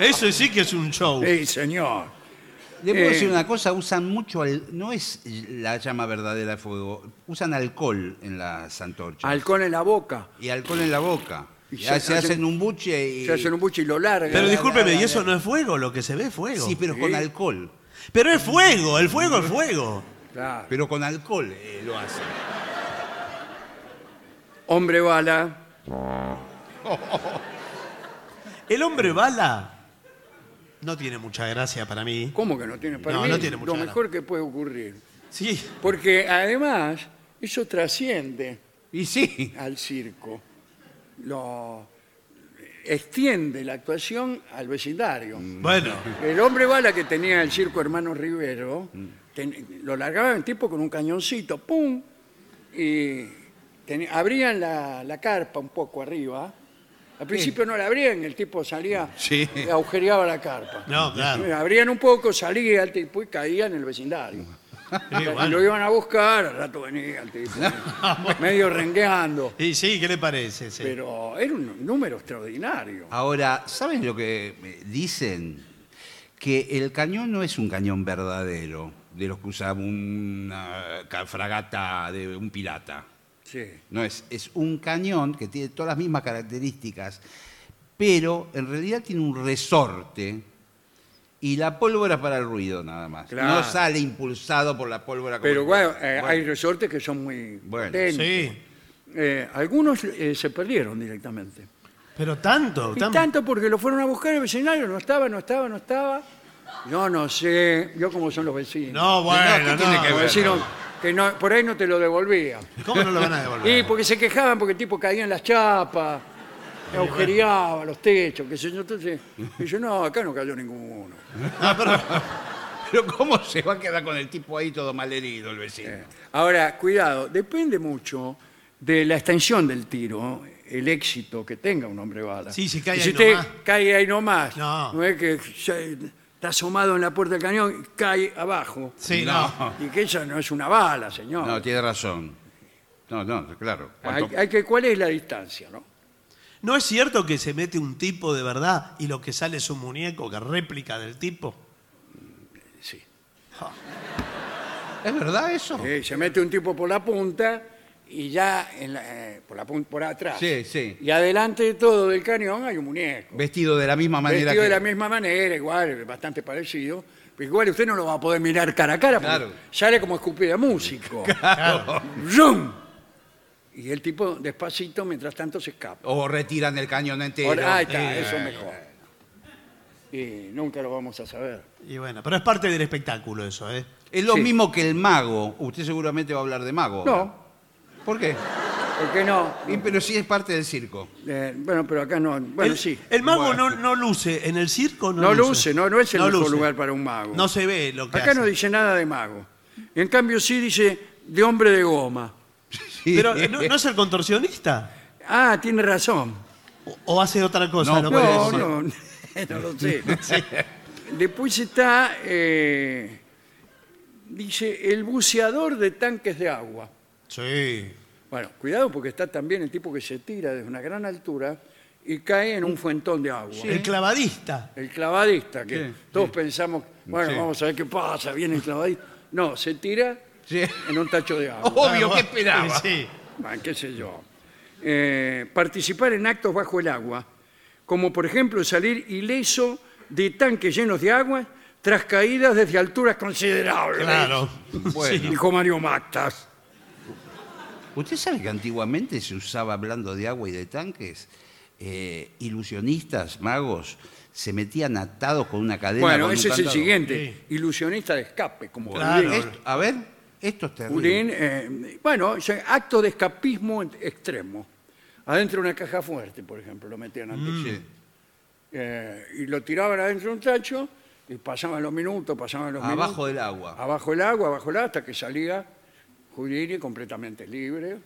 S2: Eso sí que es un show.
S1: Sí, señor.
S3: Le puedo
S1: Eh.
S3: decir una cosa, usan mucho, al- no es la llama verdadera de fuego, usan alcohol en las antorchas.
S1: Alcohol en la boca.
S3: y alcohol en la boca.
S1: Y Y
S3: Ya se hacen un buche y...
S1: se hacen un buche y lo largan.
S4: Pero discúlpeme, y eso no es fuego, lo que se ve es fuego.
S3: Sí, pero con alcohol.
S4: Pero es fuego, el fuego es fuego.
S1: Claro.
S3: Pero con alcohol eh, lo hacen.
S1: Hombre bala.
S4: El hombre bala no tiene mucha gracia para mí.
S1: ¿Cómo que no tiene para
S4: No,
S1: mí?
S4: no tiene mucha
S1: Lo
S4: gana.
S1: mejor que puede ocurrir.
S4: Sí,
S1: Porque además, eso trasciende
S3: Y sí.
S1: al circo. Lo extiende la actuación al vecindario.
S2: Mm.
S4: bueno.
S1: El hombre bala que tenía el circo hermano Rivero, ten- lo largaba el tipo con un cañoncito, ¡pum! Y ten- abrían la, la carpa un poco arriba. Al principio no la abrían, el tipo salía,
S3: Sí.
S1: y agujereaba la carpa. Eh,
S4: No, claro.
S1: Abrían un poco, salía el tipo y caía en el vecindario.
S4: Sí,
S1: Y
S4: bueno.
S1: Lo iban a buscar, al rato venía el
S4: [LAUGHS]
S1: tipo, medio rengueando.
S4: Y sí, ¿qué le parece? Sí.
S1: Pero era un número extraordinario.
S3: Ahora, ¿sabes lo que me dicen? Que el cañón no es un cañón verdadero, de los que usa una ca- fragata de un pirata.
S1: Sí.
S3: No es, es un cañón que tiene todas las mismas características, pero en realidad tiene un resorte y la pólvora es para el ruido nada más.
S1: Claro.
S3: No sale impulsado por la pólvora. como
S1: Pero
S3: el-
S1: bueno, eh, hay resortes que son muy
S3: Bueno,
S1: potentes.
S4: Sí.
S1: Eh, algunos eh, se perdieron directamente.
S4: Pero tanto,
S1: Y
S4: tan-
S1: tanto porque lo fueron a buscar el vecindario, no estaba, no estaba, no estaba. Yo no sé, yo como son los vecinos.
S4: No,
S3: No,
S4: bueno,
S3: ¿qué
S4: no.
S3: tiene que
S1: los
S3: ver?
S1: vecinos que no, por ahí no te lo devolvían.
S4: ¿Cómo no lo van a devolver?
S1: Y porque se quejaban porque el tipo caía en las chapas, agujereaba los techos, qué sé yo. Entonces, y yo, no, acá no cayó ninguno.
S3: Pero ¿cómo se va a quedar con el tipo ahí todo malherido el vecino?
S1: Eh, Ahora, cuidado, depende mucho de la extensión del tiro, el éxito que tenga un hombre bala.
S4: Sí, si cae
S1: Y
S4: ahí
S1: si usted
S4: nomás.
S1: cae ahí nomás, no.
S4: No.
S1: es que se- está asomado en la puerta del cañón y cae abajo.
S4: Sí, no.
S1: Y que esa no es una bala, señor.
S3: No, tiene razón. No, no, claro.
S1: hay,
S3: Cuanto-
S1: hay que, ¿Cuál es la distancia? No?
S4: ¿No es cierto que se mete un tipo de verdad y lo que sale es un muñeco que réplica del tipo?
S1: Sí.
S3: ¿Es verdad eso?
S1: Eh, se mete un tipo por la punta y ya en la- eh, por la punta por atrás.
S3: Sí, sí.
S1: Y adelante de todo del cañón hay un muñeco.
S3: Vestido de la misma manera
S1: Vestido de
S3: que... [LAUGHS]
S1: la misma manera, igual, bastante parecido. Pero igual usted no lo va a poder mirar cara a cara porque
S3: Claro.
S1: sale como escupida de
S3: [LAUGHS]
S1: músico. ¡Zum! Y el tipo despacito, mientras tanto, se escapa.
S3: O retiran el cañón entero.
S1: Ahora, ahí está,
S3: Eh,
S1: eso es mejor. Y nunca lo vamos a saber.
S4: Y bueno, pero es parte del espectáculo eso, ¿eh?
S3: Es lo
S1: Sí.
S3: mismo que el mago. Usted seguramente va a hablar de mago.
S1: No,
S3: ¿Por qué?
S1: ¿por qué no?
S3: Y- pero sí es parte del circo.
S1: Eh, bueno, pero acá no. Bueno,
S4: el,
S1: sí.
S4: El mago
S3: Bueno.
S4: no, no luce, en el circo no,
S1: No luce, no, no es el mejor
S4: luce.
S1: lugar para un mago.
S4: No se ve lo que
S1: acá
S4: hace.
S1: no dice nada de mago. En cambio, sí dice de hombre de goma.
S4: Pero
S1: eh,
S3: [LAUGHS]
S4: ¿no, no es el contorsionista?
S1: Ah, tiene razón.
S4: ¿O, o hace otra cosa?
S3: No,
S4: No, puede
S1: No,
S4: ser.
S1: no, [LAUGHS] no lo
S3: [LAUGHS]
S1: sé. Después está, eh, dice, el buceador de tanques de agua.
S4: Sí.
S1: Bueno, cuidado porque está también el tipo que se tira desde una gran altura y cae en un fuentón de agua.
S4: El clavadista.
S1: El clavadista, que
S3: Sí,
S1: todos pensamos, bueno,
S3: Sí.
S1: vamos a ver qué pasa, viene el clavadista. No, se tira
S3: Sí.
S1: en un tacho de agua.
S3: Obvio, ¿qué
S4: que
S3: esperaba?
S4: Ah, Sí.
S1: Bueno, Ah, qué sé yo. Eh, participar en actos bajo el agua, como por ejemplo salir ileso de tanques llenos de agua tras caídas desde alturas considerables. [LAUGHS]
S4: Claro.
S3: Bueno.
S1: Dijo Mario Matas.
S3: Usted sabe que antiguamente se usaba, hablando de agua y de tanques, eh, ilusionistas, magos, se metían atados con una cadena.
S1: Bueno,
S3: con un
S1: ese es el
S3: candado.
S1: siguiente. Ilusionista de escape, como
S4: Claro.
S1: Houdin.
S3: Esto- a ver, esto es terrible.
S1: Houdin, eh, bueno, o sea, acto de escapismo en- extremo. Adentro de una caja fuerte, por ejemplo, lo metían antes.
S4: Mm.
S3: Sí.
S1: Eh, y lo tiraban adentro de un tacho y pasaban los minutos, pasaban los minutos.
S3: Abajo del agua.
S1: abajo el agua, abajo el agua, hasta que salía Houdini completamente libre.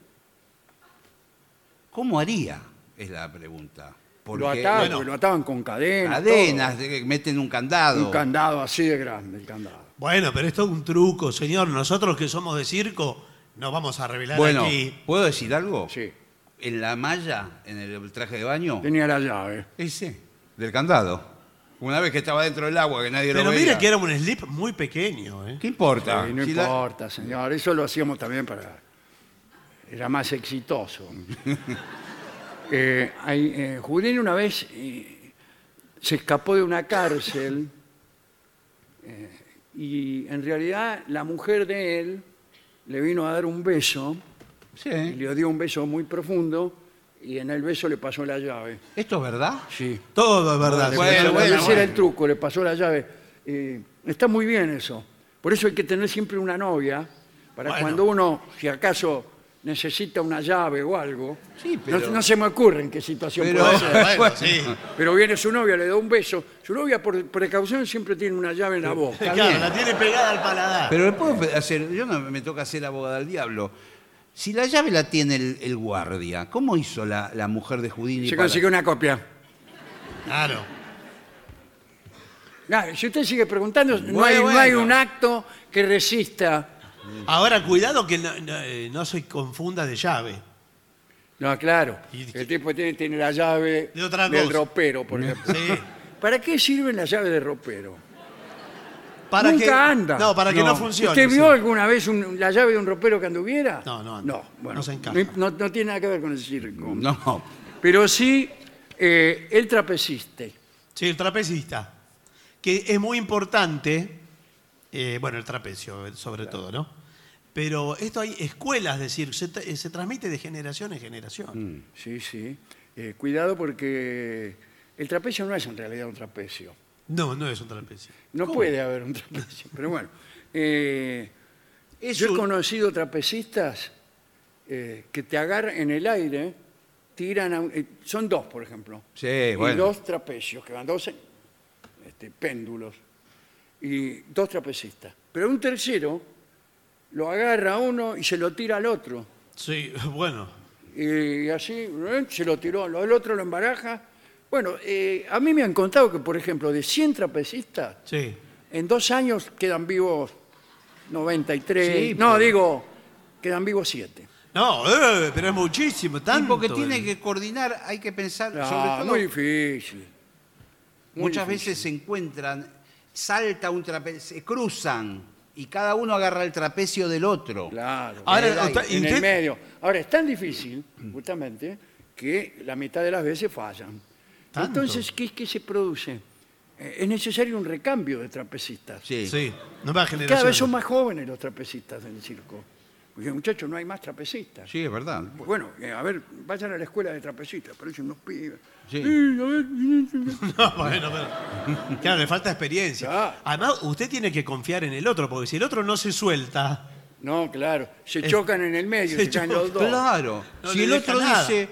S3: ¿Cómo haría? Es la pregunta. Porque,
S1: lo ataban,
S3: bueno,
S1: porque lo ataban con cadenas.
S3: cadenas, de- meten un
S1: todo.
S3: candado.
S1: Un candado así de grande, el candado.
S4: Bueno, pero esto es un truco, señor. Nosotros que somos de circo, nos vamos a revelar
S3: bueno,
S4: aquí.
S3: ¿puedo decir algo?
S1: Sí.
S3: En la malla, en el traje de baño,
S1: Tenía la llave.
S3: ese, del candado. Una vez que estaba dentro del agua, que nadie
S4: Pero
S3: lo veía.
S4: mire que era un slip muy pequeño, ¿eh?
S3: ¿Qué importa?
S1: Y no
S3: Si la-
S1: importa, señor. Eso lo hacíamos también para. Era más exitoso. Eh, hay, eh, Houdini una vez eh, se escapó de una cárcel eh, y en realidad la mujer de él le vino a dar un beso, y
S3: Sí.
S1: le dio un beso muy profundo y en el beso le pasó la llave.
S3: ¿Esto es verdad?
S1: Sí.
S2: Todo es verdad.
S3: Bueno,
S1: Pero
S3: bueno,
S1: ese
S3: bueno.
S1: era el truco, le pasó la llave. Eh, está muy bien eso. Por eso hay que tener siempre una novia, para
S2: Bueno.
S1: cuando uno, si acaso, necesita una llave o algo.
S3: Sí,
S1: No-
S3: pero-
S1: no, se me ocurre en qué situación
S3: Pero-
S1: puede
S2: [LAUGHS]
S1: ser.
S4: Bueno, sí.
S1: Pero viene su novia, le da un beso. Su novia, por precaución, siempre tiene una llave en la
S2: [LAUGHS]
S1: boca.
S4: Claro, la tiene pegada al paladar.
S3: Pero le puedo pe- hacer, yo no me toca ser abogada del diablo. Si la llave la tiene el, el guardia, ¿cómo hizo la, la mujer de Houdini?
S1: Se
S3: para-
S1: consiguió una copia.
S4: Claro.
S1: Nah, si usted sigue preguntando, no,
S4: Bueno,
S1: hay, no hay
S4: bueno.
S1: un acto que resista.
S2: Ahora, cuidado que no, no, eh, no se confunda de llave.
S1: No, claro.
S2: Y-
S1: El tipo tiene, tiene la llave
S2: De otra
S1: del
S2: cosa.
S1: ropero, por ejemplo.
S2: Sí.
S1: ¿Para qué sirven las llaves de ropero?
S2: Para
S1: Nunca
S2: que,
S1: anda.
S2: No, para que
S3: No.
S2: no funcione.
S1: ¿Usted
S2: sí.
S1: vio alguna vez un- la llave de un ropero que anduviera?
S2: No, no, no.
S1: No, bueno,
S2: No se encaja.
S1: imp- No, no tiene nada que ver con el circo.
S3: [LAUGHS] No,
S1: Pero sí eh, el trapecista.
S2: Sí, el trapecista. Que es muy importante. eh, bueno, el trapecio, eh, sobre todo, ¿no? Pero esto hay escuelas, es decir, se, tra- eh, se transmite de generación en
S1: Mm.
S2: generación.
S1: Sí, sí. Eh, cuidado porque el trapecio no es en realidad un trapecio.
S2: No, no es un trapecio.
S1: No puede haber un trapecio. [LAUGHS] Pero bueno, eh, yo he
S2: un-
S1: conocido trapecistas eh, que te agarran en el aire, tiran a un- eh, son dos, por ejemplo.
S3: Sí,
S1: Y
S3: bueno.
S1: dos trapecios, que van dos eh, este, péndulos. Y dos trapecistas. Pero un tercero lo agarra a uno y se lo tira al otro.
S2: Sí, [LAUGHS] bueno.
S1: Y así, eh, se lo tiró, lo- el otro lo embaraja. Bueno, eh, a mí me han contado que, por ejemplo, de 100 trapecistas,
S2: Sí.
S1: en dos años quedan vivos 93.
S2: Sí,
S1: no,
S2: pero-
S1: digo, quedan vivos 7.
S2: No, eh, pero es muchísimo,
S3: Y
S2: tanto.
S3: porque tiene
S2: eh.
S3: que coordinar, hay que pensar,
S1: Ah,
S3: sobre todo
S1: muy difícil. muy
S3: muchas veces se encuentran, salta un trapecio, se cruzan y cada uno agarra el trapecio del otro.
S1: Claro.
S2: Ahora,
S3: En el aire.
S2: usted-
S1: en el
S2: intent-
S1: medio. Ahora, es tan difícil, justamente, que la mitad de las veces fallan.
S2: ¿Tanto?
S1: Entonces, ¿qué, qué se produce? Eh, Es necesario un recambio de trapecistas.
S3: Sí.
S2: Sí, nueva generación.
S1: Cada vez son más jóvenes los trapecistas del circo. Porque, muchachos, no hay más trapecistas.
S3: Sí, es verdad.
S2: pues.
S1: Bueno, eh, a ver, vayan a la escuela de trapecistas, parecen unos pibes.
S3: Sí.
S1: Sí, a ver.
S2: [LAUGHS] No, bueno, pero- Claro, le falta experiencia.
S1: Claro.
S2: Además, usted tiene que confiar en el otro, porque si el otro no se suelta.
S1: No, claro, se chocan en el medio,
S2: se
S1: se caen
S2: chocan,
S1: los dos.
S3: Claro.
S2: No
S3: si
S2: le
S3: el
S2: deja
S3: otro
S2: nada.
S3: dice,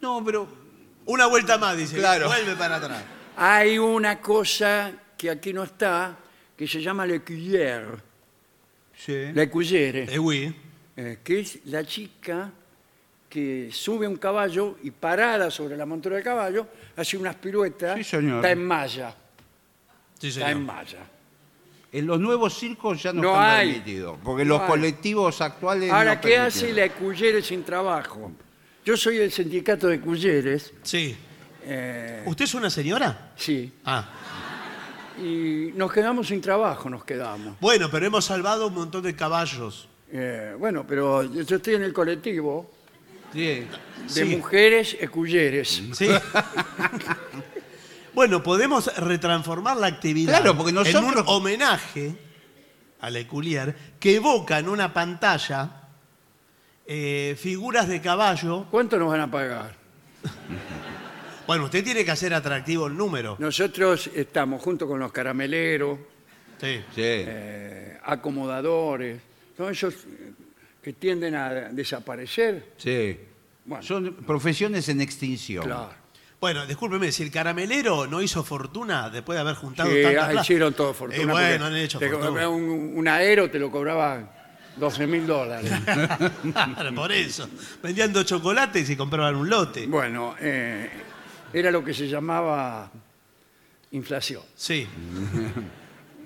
S3: no, pero
S2: Una vuelta más, dice.
S3: Claro.
S2: Vuelve para atrás.
S1: Hay una cosa que aquí no está, que se llama le cuillère. La cuillere.
S2: Eh, oui.
S1: eh, que es la chica que sube un caballo y parada sobre la montura del caballo hace unas piruetas.
S3: Sí, señor.
S1: Está en malla.
S2: Sí,
S1: Está en
S2: señor.
S1: malla.
S3: en los nuevos circos ya no,
S1: No
S3: están
S1: hay.
S3: permitidos. Porque
S1: No
S3: los
S1: hay.
S3: colectivos actuales.
S1: Ahora,
S3: no
S1: ¿qué hace
S3: permiten.
S1: la cuyere sin trabajo? Yo soy del sindicato de cuyeres.
S2: Sí.
S1: eh,
S2: ¿Usted es una señora?
S1: sí.
S2: Ah.
S1: Y nos quedamos sin trabajo, nos quedamos.
S2: Bueno, pero hemos salvado un montón de caballos.
S1: Eh, bueno, pero yo estoy en el colectivo
S3: Sí.
S1: de
S2: Sí.
S1: mujeres cuyeres.
S2: Sí. [LAUGHS] bueno, podemos retransformar la actividad
S3: Claro, porque
S2: en
S3: nosotros-
S2: un homenaje a la Eculier que evoca en una pantalla eh, figuras de caballo.
S1: ¿Cuánto nos van a pagar?
S2: Bueno, usted tiene que hacer atractivo el número.
S1: Nosotros estamos junto con los carameleros,
S2: Sí.
S3: Sí.
S1: eh, acomodadores, todos esos eh, que tienden a desaparecer.
S3: sí.
S1: Bueno.
S3: Son profesiones en extinción.
S1: Claro.
S2: Bueno, discúlpeme, si el caramelero no hizo fortuna después de haber juntado
S1: Que
S2: tanta
S1: ah,
S2: plata-
S1: hicieron todo fortuna.
S2: Eh,
S1: porque
S2: bueno, han hecho
S1: te compraba
S2: fortuna.
S1: un, un aero te lo cobraban 12 mil
S2: [LAUGHS]
S1: dólares.
S2: Claro, [LAUGHS] por eso. Vendían dos chocolates y compraban un lote.
S1: bueno, eh, era lo que se llamaba inflación.
S2: Sí,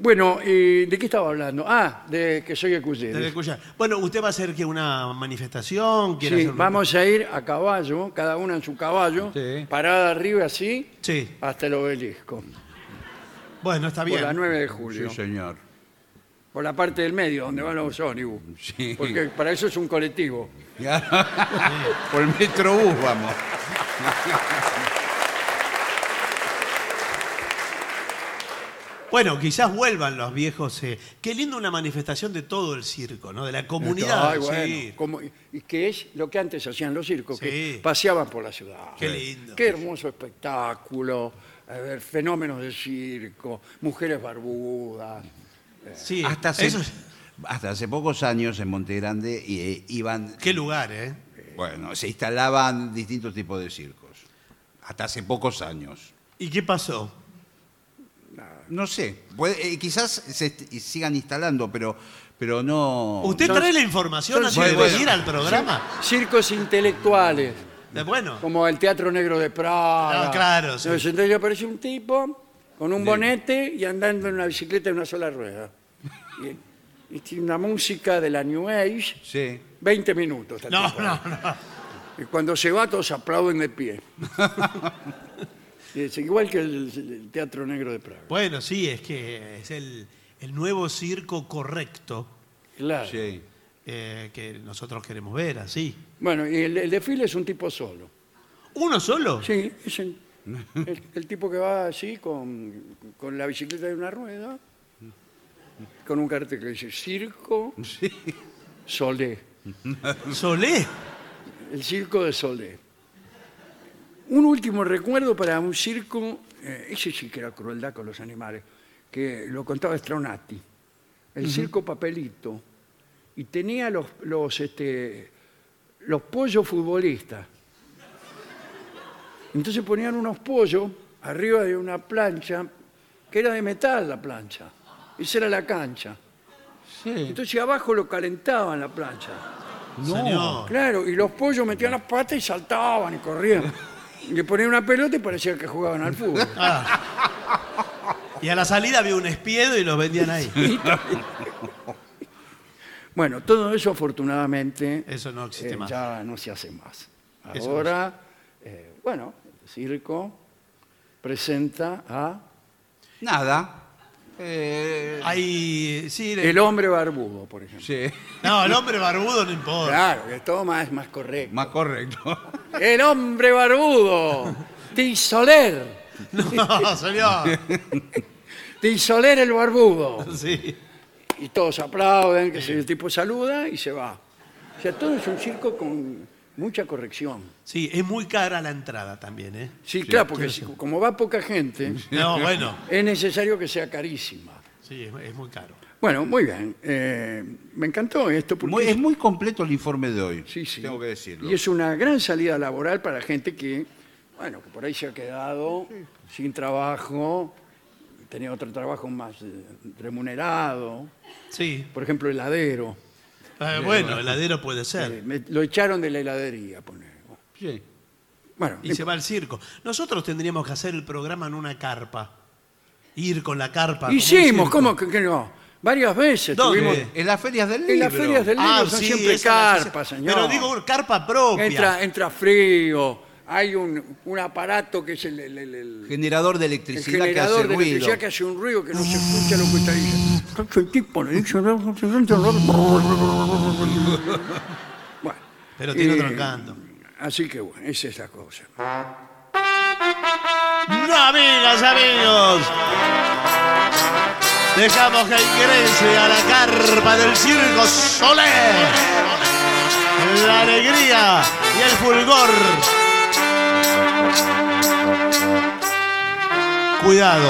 S1: Bueno, eh, ¿de qué estaba hablando? Ah, de que soy
S2: debe
S1: ecuyere.
S2: escuchar. Bueno, ¿usted va a hacer que una manifestación? ¿Quiere
S1: Sí,
S2: hacer un-
S1: vamos a ir a caballo, cada uno en su caballo,
S3: Sí.
S1: parada arriba así,
S2: Sí,
S1: hasta el obelisco.
S2: bueno, está
S1: Por la
S2: bien.
S1: 9 de
S3: Sí,
S1: julio.
S3: señor. [LAUGHS]
S1: Por la parte del medio, donde van los ómnibus.
S3: Sí.
S1: Porque para eso es un colectivo.
S3: Por el metrobús vamos.
S2: Bueno, quizás vuelvan los viejos. eh, Qué lindo una manifestación de todo el circo, ¿no? De la comunidad.
S1: Ay,
S2: del
S1: bueno,
S2: circo.
S1: como- y que es lo que antes hacían los circos, que
S2: Sí.
S1: paseaban por la ciudad.
S2: Qué lindo.
S1: Qué hermoso espectáculo, a ver, fenómenos de circo, mujeres barbudas.
S2: Sí,
S3: Hasta hace,
S2: eso es-
S3: hasta hace pocos años en Monte Grande eh, iban,
S2: Qué lugar, ¿eh?
S3: bueno, se instalaban distintos tipos de circos. Hasta hace pocos años.
S2: ¿Y qué pasó?
S3: No sé, puede- eh, quizás se est- y sigan instalando, pero, pero no.
S2: ¿Usted
S3: no-
S2: trae la información
S1: son-
S2: antes de
S3: bueno, bueno.
S2: venir al programa?
S1: Circos intelectuales,
S2: Eh, Bueno,
S1: como el Teatro Negro de Praga.
S2: Ah, claro, sí.
S1: Entonces, entonces aparece un tipo con un bonete y andando en una bicicleta de una sola rueda. Y, y tiene una música de la New Age,
S3: Sí.
S1: 20 minutos. está
S2: no,
S1: tipo ahí.
S2: no, no.
S1: Y cuando se va, todos aplauden de
S2: [LAUGHS]
S1: pie. Y es igual que el, el Teatro Negro de Praga.
S2: Bueno, sí, es que es el, el nuevo circo correcto
S1: Claro.
S3: Sí.
S2: eh, que nosotros queremos ver, así.
S1: Bueno, y el, el desfile es un tipo solo.
S2: ¿Uno solo?
S1: Sí, es el, el- el tipo que va así con, con la bicicleta de una rueda, con un cartel que dice Circo Solé.
S2: ¿Solé?
S1: El circo de Solé. Un último recuerdo para un circo, eh, ese sí que era crueldad con los animales, que lo contaba Stronati. El circo papelito. Y tenía los, los, este, los pollos futbolistas. Entonces ponían unos pollos arriba de una plancha, que era de metal la plancha. Esa era la cancha. Entonces abajo lo calentaban la plancha.
S2: Señor.
S1: Claro, y los pollos metían las patas y saltaban y corrían. Y le ponían una pelota y parecía que jugaban al fútbol.
S2: Y a la salida había un espiedo y los
S1: [LAUGHS]
S2: vendían ahí.
S1: Bueno, todo eso afortunadamente
S2: Eso no existe
S1: eh,
S2: más.
S1: ya no se hace más.
S2: Eso
S1: Ahora, eh, bueno, el circo presenta a
S3: Nada. Eh,
S2: Ahí, sí, de-
S1: El Hombre Barbudo, por ejemplo.
S3: sí.
S2: No, el hombre barbudo no importa.
S1: Claro, que todo más es más correcto.
S3: Más correcto.
S1: El Hombre Barbudo, Tisoler,
S2: [LAUGHS] No, señor.
S1: Tisoler el Barbudo.
S2: Sí.
S1: y todos aplauden, que el tipo saluda y se va. O sea, todo es un circo con mucha corrección.
S2: Sí, es muy cara la entrada también, ¿eh?
S1: Sí, claro, porque si- como va poca gente,
S2: No, bueno.
S1: es necesario que sea carísima.
S2: Sí, es, es muy caro.
S1: Bueno, muy bien. Eh, me encantó esto porque
S3: Muy- es muy completo el informe de hoy.
S1: sí, sí.
S3: Tengo que decirlo.
S1: Y es una gran salida laboral para gente que, bueno, que por ahí se ha quedado sin trabajo, tenía otro trabajo más eh, remunerado,
S2: Sí.
S1: por ejemplo, heladero.
S2: Eh, bueno, heladero puede
S1: Eh,
S2: ser.
S1: me- lo echaron de la heladería, poner.
S3: Sí.
S1: Bueno,
S2: Y se va al circo. Nosotros tendríamos que hacer el programa en una carpa. Ir con la carpa. como un
S1: Hicimos,
S2: circo.
S1: ¿cómo que, que no? Varias veces
S2: ¿Dónde?
S1: tuvimos.
S3: En las ferias del libro.
S1: En las ferias del libro
S2: Ah,
S1: son
S2: sí,
S1: siempre
S2: esa es la-
S1: carpas, señor.
S2: Pero digo, carpa propia.
S1: entra, entra frío, hay un, un aparato que es el, el- el- el-
S3: Generador de
S1: el
S3: electricidad que hace
S1: generador de
S3: ruido.
S1: electricidad que hace un ruido que no se escucha lo que está diciendo. Entonces el tipo le dice, "No, no, no, no, no". Bueno,
S2: Pero tiene
S1: eh,
S2: otro canto.
S1: Así que bueno, esa es la cosa.
S2: No, amigas, amigos. Dejamos que ingrese a la carpa del circo Soler. La alegría y el fulgor. Cuidado.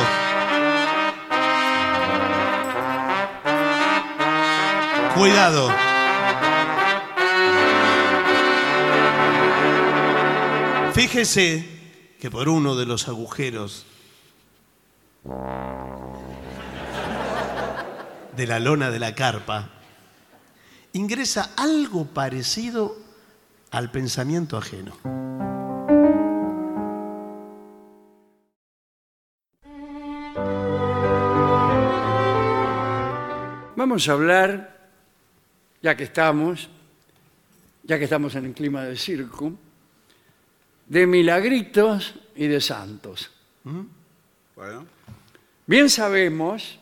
S2: Cuidado. Fíjese que por uno de los agujeros de la lona de la carpa ingresa algo parecido al pensamiento ajeno.
S1: Vamos a hablar, ya que estamos, ya que estamos en el clima de circo, de milagritos y de santos.
S3: Bueno. [LAUGHS]
S1: Bien sabemos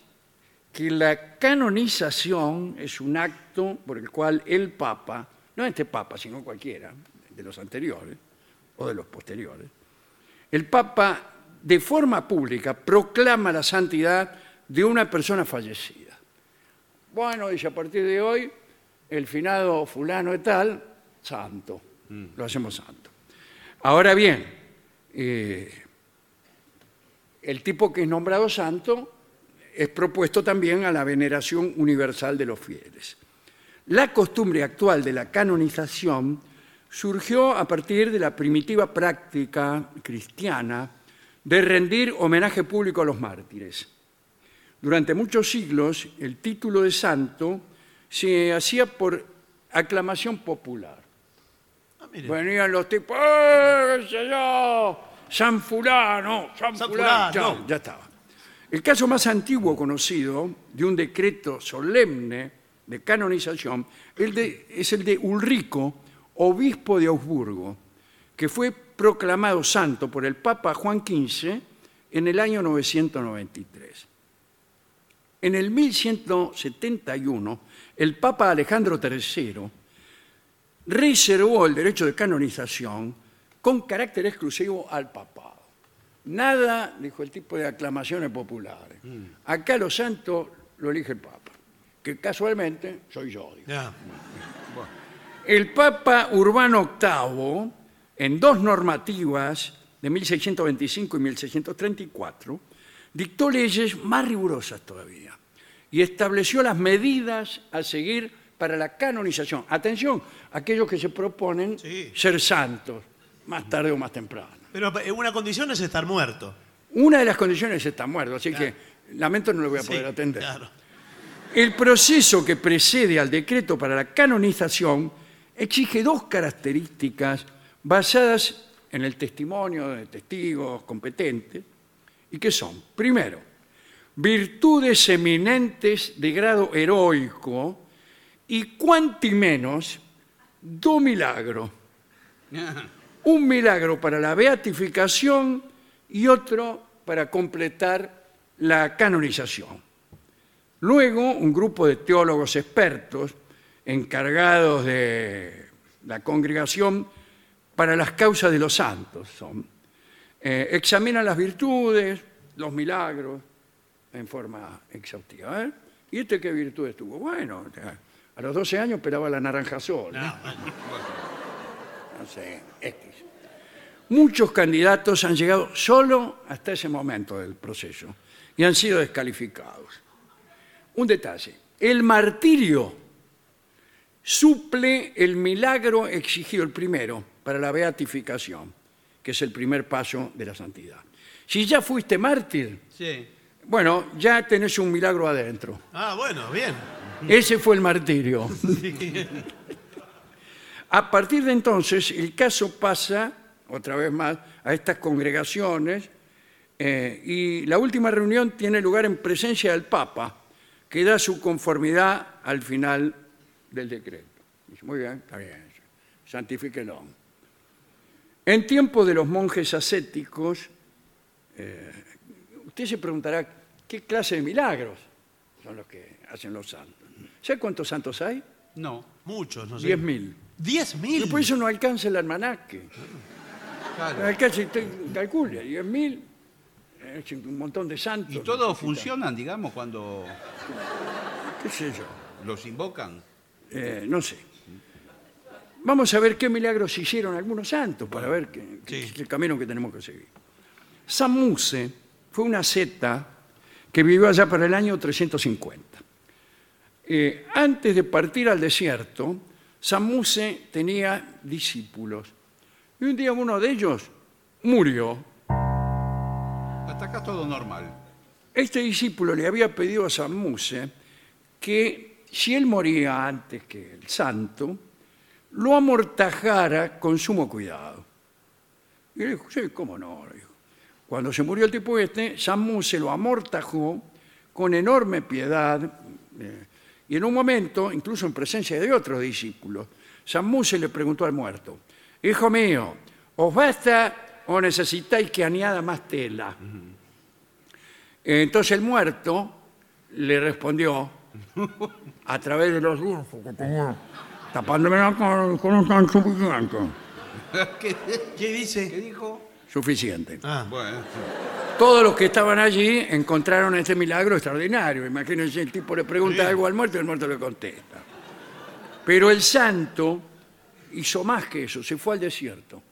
S1: que la canonización es un acto por el cual el Papa, no este Papa, sino cualquiera de los anteriores, o de los posteriores, el Papa de forma pública proclama la santidad de una persona fallecida. Bueno, dice, a partir de hoy, el finado fulano de tal, santo, lo hacemos santo. Ahora bien, eh, el tipo que es nombrado santo es propuesto también a la veneración universal de los fieles. La costumbre actual de la canonización surgió a partir de la primitiva práctica cristiana de rendir homenaje público a los mártires. Durante muchos siglos, el título de santo se hacía por aclamación popular.
S2: Ah, mire.
S1: Venían los tipos, ¡eh, qué sé yo! San Fulano, San,
S2: San
S1: Fulano.
S2: Fulano.
S1: Ya, ya estaba. El caso más antiguo conocido de un decreto solemne de canonización el de- es el de Ulrico, obispo de Augsburgo, que fue proclamado santo por el Papa Juan XV en el año 993. En el 1171, el Papa Alejandro III reservó el derecho de canonización con carácter exclusivo al papado. Nada, dijo el tipo, de aclamaciones populares. Acá los santos lo elige el Papa, que casualmente soy yo. dijo.
S2: Ya.
S1: El Papa Urbano VIII, en dos normativas de 1625 y 1634, dictó leyes más rigurosas todavía y estableció las medidas a seguir para la canonización. Atención, aquellos que se proponen
S2: Sí.
S1: ser santos, más tarde o más temprano.
S2: Pero eh, una condición es estar muerto.
S1: Una de las condiciones está muerto, así que lamento no lo voy a
S2: Sí,
S1: poder atender.
S2: claro.
S1: El proceso que precede al decreto para la canonización exige dos características basadas en el testimonio de testigos competentes y que son, primero, virtudes eminentes de grado heroico y cuantimenos do milagro. Un milagro para la beatificación y otro para completar la canonización. Luego, un grupo de teólogos expertos encargados de la congregación para las causas de los santos son, eh, examinan las virtudes, los milagros en forma exhaustiva. A ver, ¿Y este qué virtudes tuvo? Bueno, a los 12 años pelaba la naranja sola. No sé, X. Muchos candidatos han llegado solo hasta ese momento del proceso y han sido descalificados. Un detalle, el martirio suple el milagro exigido, el primero, para la beatificación, que es el primer paso de la santidad. Si ya fuiste mártir,
S3: Sí.
S1: bueno, ya tenés un milagro adentro.
S2: Ah, bueno, bien.
S1: Ese fue el martirio. A partir de entonces, el caso pasa, otra vez más, a estas congregaciones eh, y la última reunión tiene lugar en presencia del Papa, que da su conformidad al final del decreto. Dice, muy bien, está bien, santifíquenlo. En tiempo de los monjes ascéticos, Usted se preguntará, ¿qué clase de milagros son los que hacen los santos? ¿Sabe cuántos santos hay?
S3: No.
S2: Muchos, no sé.
S1: Diez mil.
S2: ¿Diez
S1: Y
S2: mil?
S1: por eso no alcanza el almanaque. No
S3: Claro.
S1: alcanza, usted calcule, diez mil eh, es un montón de santos.
S3: Y todos
S1: Necesita-
S3: funcionan, digamos, cuando
S1: ¿Qué sé yo?
S3: los invocan.
S1: Eh, no sé. Vamos a ver qué milagros hicieron algunos santos para ver qué, qué
S2: sí.
S1: es el camino que tenemos que seguir. San Muse fue una seta que vivió allá para el año 350. Eh, antes de partir al desierto, San Muse tenía discípulos. Y un día uno de ellos murió.
S3: Hasta acá todo normal. [LAUGHS]
S1: Este discípulo le había pedido a San Muse que si él moría antes que el santo, lo amortajara con sumo cuidado. Y él dijo, sí, cómo no. le dijo. Cuando se murió el tipo este, San Muse lo amortajó con enorme piedad eh, y en un momento, incluso en presencia de otros discípulos, San Muse le preguntó al muerto, hijo mío, ¿os basta o necesitáis que añada más tela? Entonces el muerto le respondió a través de los dientes que tenía, tapándome la cara con un tanto gigante.
S3: ¿Qué,
S2: ¿Qué
S3: qué
S2: dice?
S3: dijo?
S1: Suficiente.
S2: Ah,
S3: Bueno,
S1: Todos los que estaban allí encontraron este milagro extraordinario. Imagínense, el tipo le pregunta algo al muerto y el muerto le contesta. Pero el santo hizo más que eso, se fue al desierto,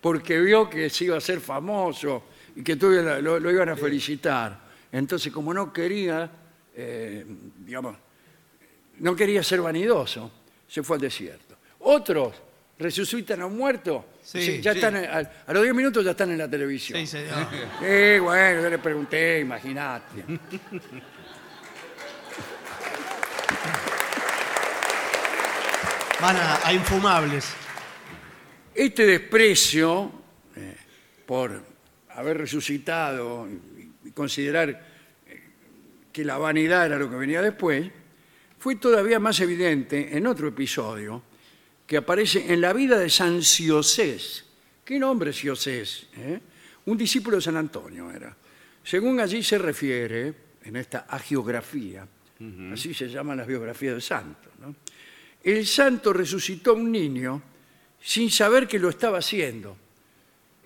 S1: porque vio que se iba a ser famoso y que todo lo, lo- lo iban a felicitar. Entonces, como no quería, eh, digamos, no quería ser vanidoso, se fue al desierto. Otros resucitan a un muerto,
S2: Sí,
S1: se- ya
S2: sí.
S1: están, a, a los 10 minutos ya están en la televisión.
S2: sí, ah. señor.
S1: Sí, bueno, yo le pregunté, imagínate.
S2: Van a, a infumables.
S1: Este desprecio eh, por haber resucitado y- y considerar eh, que la vanidad era lo que venía después, fue todavía más evidente en otro episodio que aparece en la vida de San Siosés. ¿Qué nombre es Siosés? eh? Un discípulo de San Antonio era. Según allí se refiere, en esta agiografía, así se llaman las biografías de santos, ¿no? el santo resucitó a un niño sin saber que lo estaba haciendo.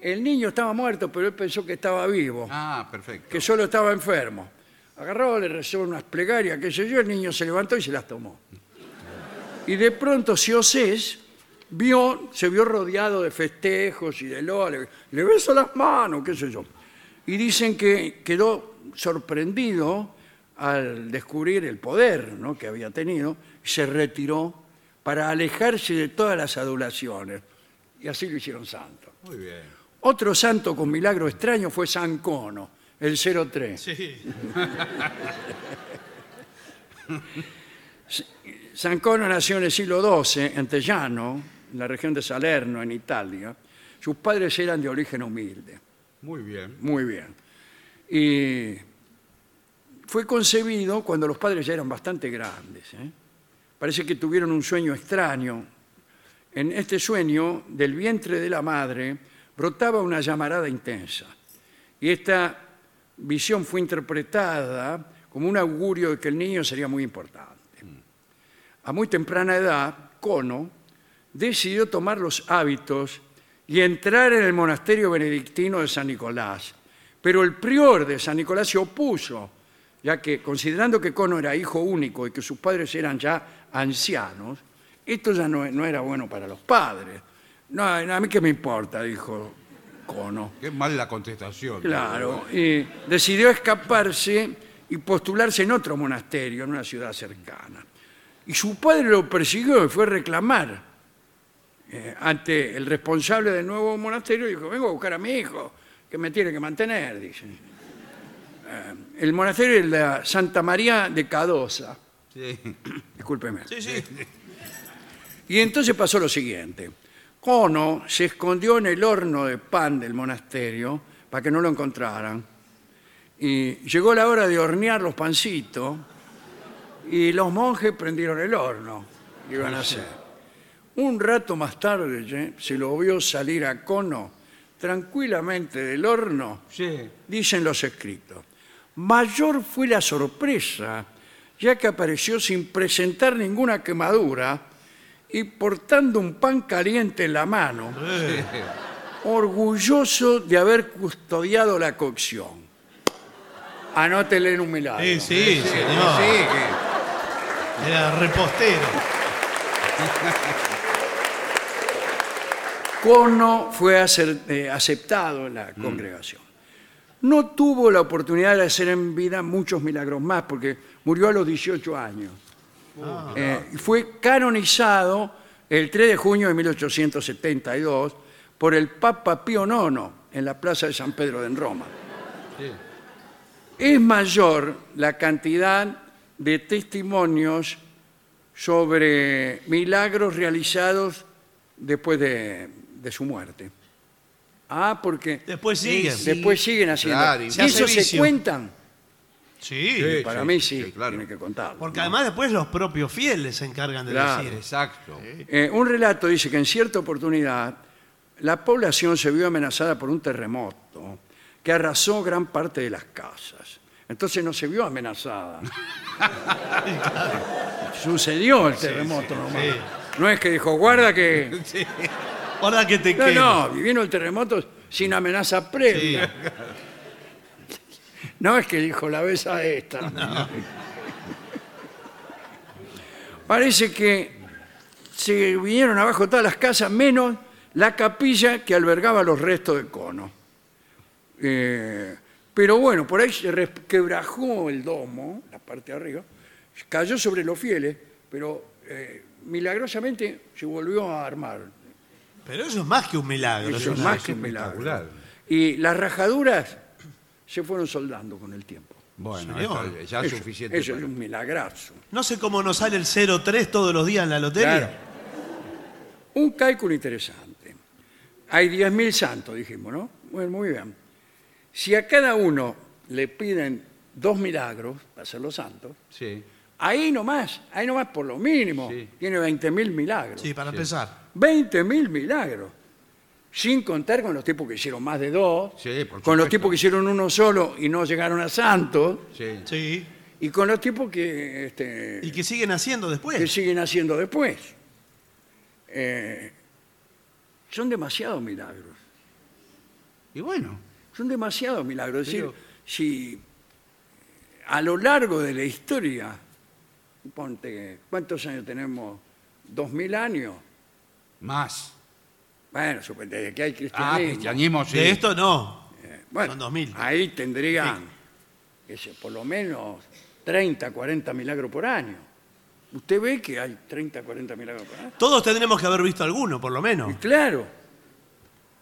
S1: El niño estaba muerto, pero él pensó que estaba vivo
S3: ah, perfecto.
S1: que solo estaba enfermo. Agarró, le rezó unas plegarias, qué sé yo, el niño se levantó y se las tomó. Y de pronto Siosés vio, se vio rodeado de festejos y de loles, le beso las manos, qué sé yo. Y dicen que quedó sorprendido al descubrir el poder ¿no? que había tenido, y se retiró para alejarse de todas las adulaciones. Y así lo hicieron santo.
S3: Muy bien.
S1: Otro santo con milagro extraño fue San Cono, el 03.
S2: Sí.
S1: San Cono nació en el siglo XII en Tellano, en la región de Salerno, en Italia. Sus padres eran de origen humilde.
S3: Muy bien.
S1: Muy bien. Y fue concebido cuando los padres ya eran bastante grandes. ¿eh? Parece que tuvieron un sueño extraño. En este sueño, del vientre de la madre, brotaba una llamarada intensa. Y esta visión fue interpretada como un augurio de que el niño sería muy importante. A muy temprana edad, Cono decidió tomar los hábitos y entrar en el monasterio benedictino de San Nicolás. Pero el prior de San Nicolás se opuso, ya que considerando que Cono era hijo único y que sus padres eran ya ancianos, esto ya no, no era bueno para los padres. No, a mí qué me importa, dijo Cono.
S3: Qué mal la contestación.
S1: Claro, y decidió escaparse y postularse en otro monasterio, en una ciudad cercana. Y su padre lo persiguió y fue a reclamar eh, ante el responsable del nuevo monasterio y dijo, vengo a buscar a mi hijo, que me tiene que mantener, dice. Eh, el monasterio es la Santa María de Cadosa,
S3: Sí.
S1: discúlpeme.
S2: Sí, sí.
S1: Y entonces pasó lo siguiente. Cono se escondió en el horno de pan del monasterio para que no lo encontraran. Y llegó la hora de hornear los pancitos y los monjes prendieron el horno. que Iban a hacer. Un rato más tarde ye, se lo vio salir a Cono tranquilamente del horno
S3: Sí.
S1: dicen los escritos. Mayor fue la sorpresa, ya que apareció sin presentar ninguna quemadura y portando un pan caliente en la mano,
S2: Eh.
S1: orgulloso de haber custodiado la cocción. Anótele en un milagro.
S2: Sí, sí, señor.
S3: Sí, que-
S2: Era repostero.
S1: Cono fue acer- eh, aceptado en la congregación. No tuvo la oportunidad de hacer en vida muchos milagros más, porque murió a los 18 años. Eh, y fue canonizado el 3 de junio de 1872 por el Papa Pío IX en la Plaza de San Pedro en Roma. Es mayor la cantidad de testimonios sobre milagros realizados después de, de su muerte. Ah, porque
S2: Después siguen.
S3: Sí.
S1: después siguen haciendo.
S3: Claro,
S1: y
S3: y
S2: se hace
S1: eso se
S2: vicio.
S1: cuentan.
S2: Sí.
S3: Sí,
S1: Para mí sí,
S3: sí, claro.
S1: tienen que contarlo.
S2: Porque además después los propios fieles se encargan de
S1: Claro.
S2: decir eso.
S3: Exacto.
S1: Eh, un relato dice que en cierta oportunidad la población se vio amenazada por un terremoto que arrasó gran parte de las casas. Entonces no se vio
S2: [LAUGHS]
S1: amenazada. Sucedió el terremoto nomás.
S2: sí.
S1: No es que dijo, guarda que
S2: Ahora que te
S1: No,
S2: quemo.
S1: no, vino el terremoto sin amenaza previa. No es que dijo la besa esta. Parece que se vinieron abajo todas las casas, menos la capilla que albergaba los restos de cono. Eh, pero bueno, por ahí se res- quebrajó el domo, la parte de arriba, cayó sobre los fieles, pero eh, milagrosamente se volvió a armar.
S2: Pero eso es más que un milagro.
S1: Eso es
S2: una-
S1: más que un milagro. Y las rajaduras se fueron soldando con el tiempo.
S3: Bueno,
S2: Señor,
S3: esto ya es
S1: Eso,
S3: suficiente.
S1: eso es
S3: para-
S1: un milagrazo.
S2: No sé cómo nos sale el 0-3 todos los días en la loteria.
S1: Claro. Un cálculo interesante. Hay 10.000 santos, dijimos, ¿no? Bueno, muy bien. Si a cada uno le piden dos milagros para ser los santos,
S3: Sí.
S1: ahí nomás, ahí nomás por lo mínimo,
S3: Sí.
S1: tiene 20.000 milagros.
S2: Sí, para empezar.
S1: 20.000 milagros. Sin contar con los tipos que hicieron más de dos,
S3: Sí, por
S1: con los
S3: supuesto.
S1: tipos que hicieron uno solo y no llegaron a santos,
S3: Sí.
S2: Sí.
S1: y con los tipos que, este,
S2: Y que siguen haciendo
S1: que
S2: después.
S1: siguen haciendo después. Eh, son demasiados milagros.
S3: Y bueno,
S1: Son demasiados milagros. Es
S3: Pero-
S1: decir, si a lo largo de la historia, ponte, ¿cuántos años tenemos? ¿Dos mil años?
S3: más.
S1: Bueno, sup- desde que hay cristianismo.
S3: Ah, cristianismo, sí.
S2: De esto no.
S1: Eh, bueno,
S2: son 2000.
S1: ahí tendrían ese, por lo menos 30, 40 milagros por año. Usted ve que hay 30, 40 milagros por año.
S2: Todos tendremos que haber visto alguno, por lo menos.
S1: Y claro,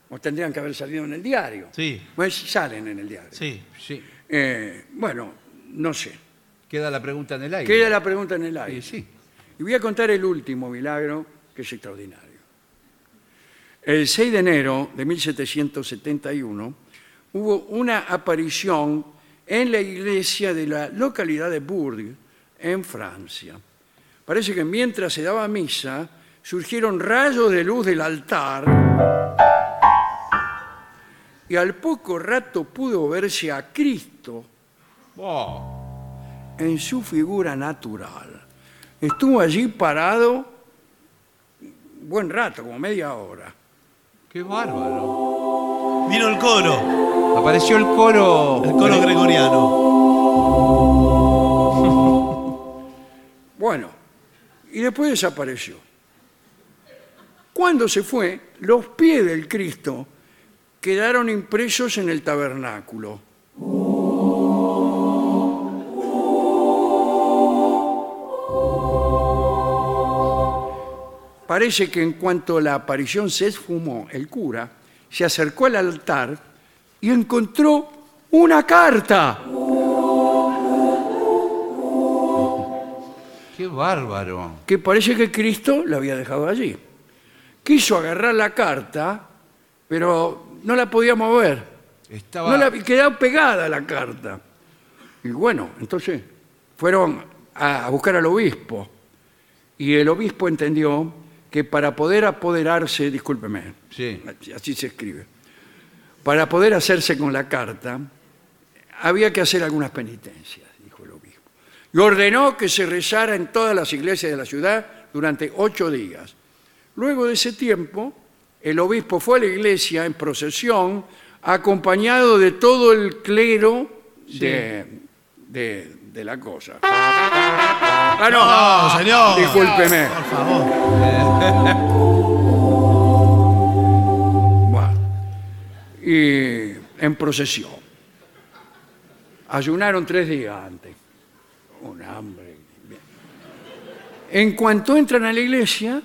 S1: o tendrían que haber salido en el diario.
S2: Sí.
S1: Pues salen en el diario.
S2: Sí.
S3: Sí.
S1: Eh, bueno, no sé.
S3: Queda la pregunta en el aire.
S1: Queda la pregunta en el aire.
S3: Sí, sí.
S1: Y voy a contar el último milagro, que es extraordinario. El 6 de enero de 1771 hubo una aparición en la iglesia de la localidad de Bourg, en Francia. Parece que mientras se daba misa, surgieron rayos de luz del altar y al poco rato pudo verse a Cristo
S3: Oh,
S1: en su figura natural. Estuvo allí parado un buen rato, como media hora.
S3: qué bárbaro.
S2: Vino el coro.
S3: Apareció el coro.
S2: El coro gregoriano.
S1: Bueno, y después desapareció. Cuando se fue, los pies del Cristo quedaron impresos en el tabernáculo. Parece que en cuanto la aparición se esfumó, el cura se acercó al altar y encontró una carta.
S3: Qué bárbaro.
S1: que parece que Cristo la había dejado allí. Quiso agarrar la carta, pero no la podía mover.
S3: Estaba.
S1: No la, quedaba pegada la carta. Y bueno, entonces fueron a, a buscar al obispo. Y el obispo entendió que para poder apoderarse, discúlpeme,
S3: Sí.
S1: así se escribe, para poder hacerse con la carta, había que hacer algunas penitencias, dijo el obispo. Y ordenó que se rezara en todas las iglesias de la ciudad durante ocho días. Luego de ese tiempo, el obispo fue a la iglesia en procesión, acompañado de todo el clero de, de- de la cosa. Ah, no,
S2: No, señor.
S1: discúlpeme.
S2: Por favor.
S1: Bueno, y en procesión. Ayunaron tres días antes. Un hambre. Bien. En cuanto entran a la iglesia,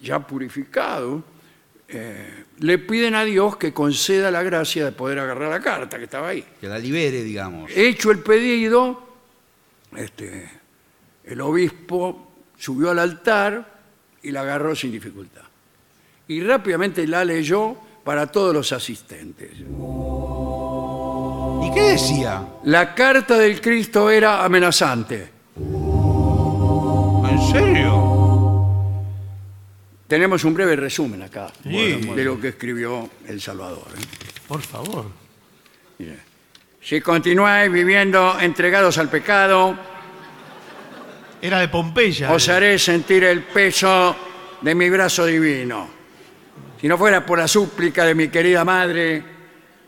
S1: ya purificados, eh, le piden a Dios que conceda la gracia de poder agarrar la carta que estaba ahí.
S3: Que la libere, digamos.
S1: Hecho el pedido, este, el obispo subió al altar y la agarró sin dificultad. Y rápidamente la leyó para todos los asistentes.
S3: ¿Y qué decía?
S1: La carta del Cristo era amenazante.
S3: ¿En serio?
S1: Tenemos un breve resumen acá
S2: Sí.
S1: de lo que escribió El Salvador. ¿eh?
S2: Por favor.
S1: Si continuáis eh, viviendo entregados al pecado,
S2: Era de Pompeya.
S1: Os haré sentir el peso de mi brazo divino. Si no fuera por la súplica de mi querida madre,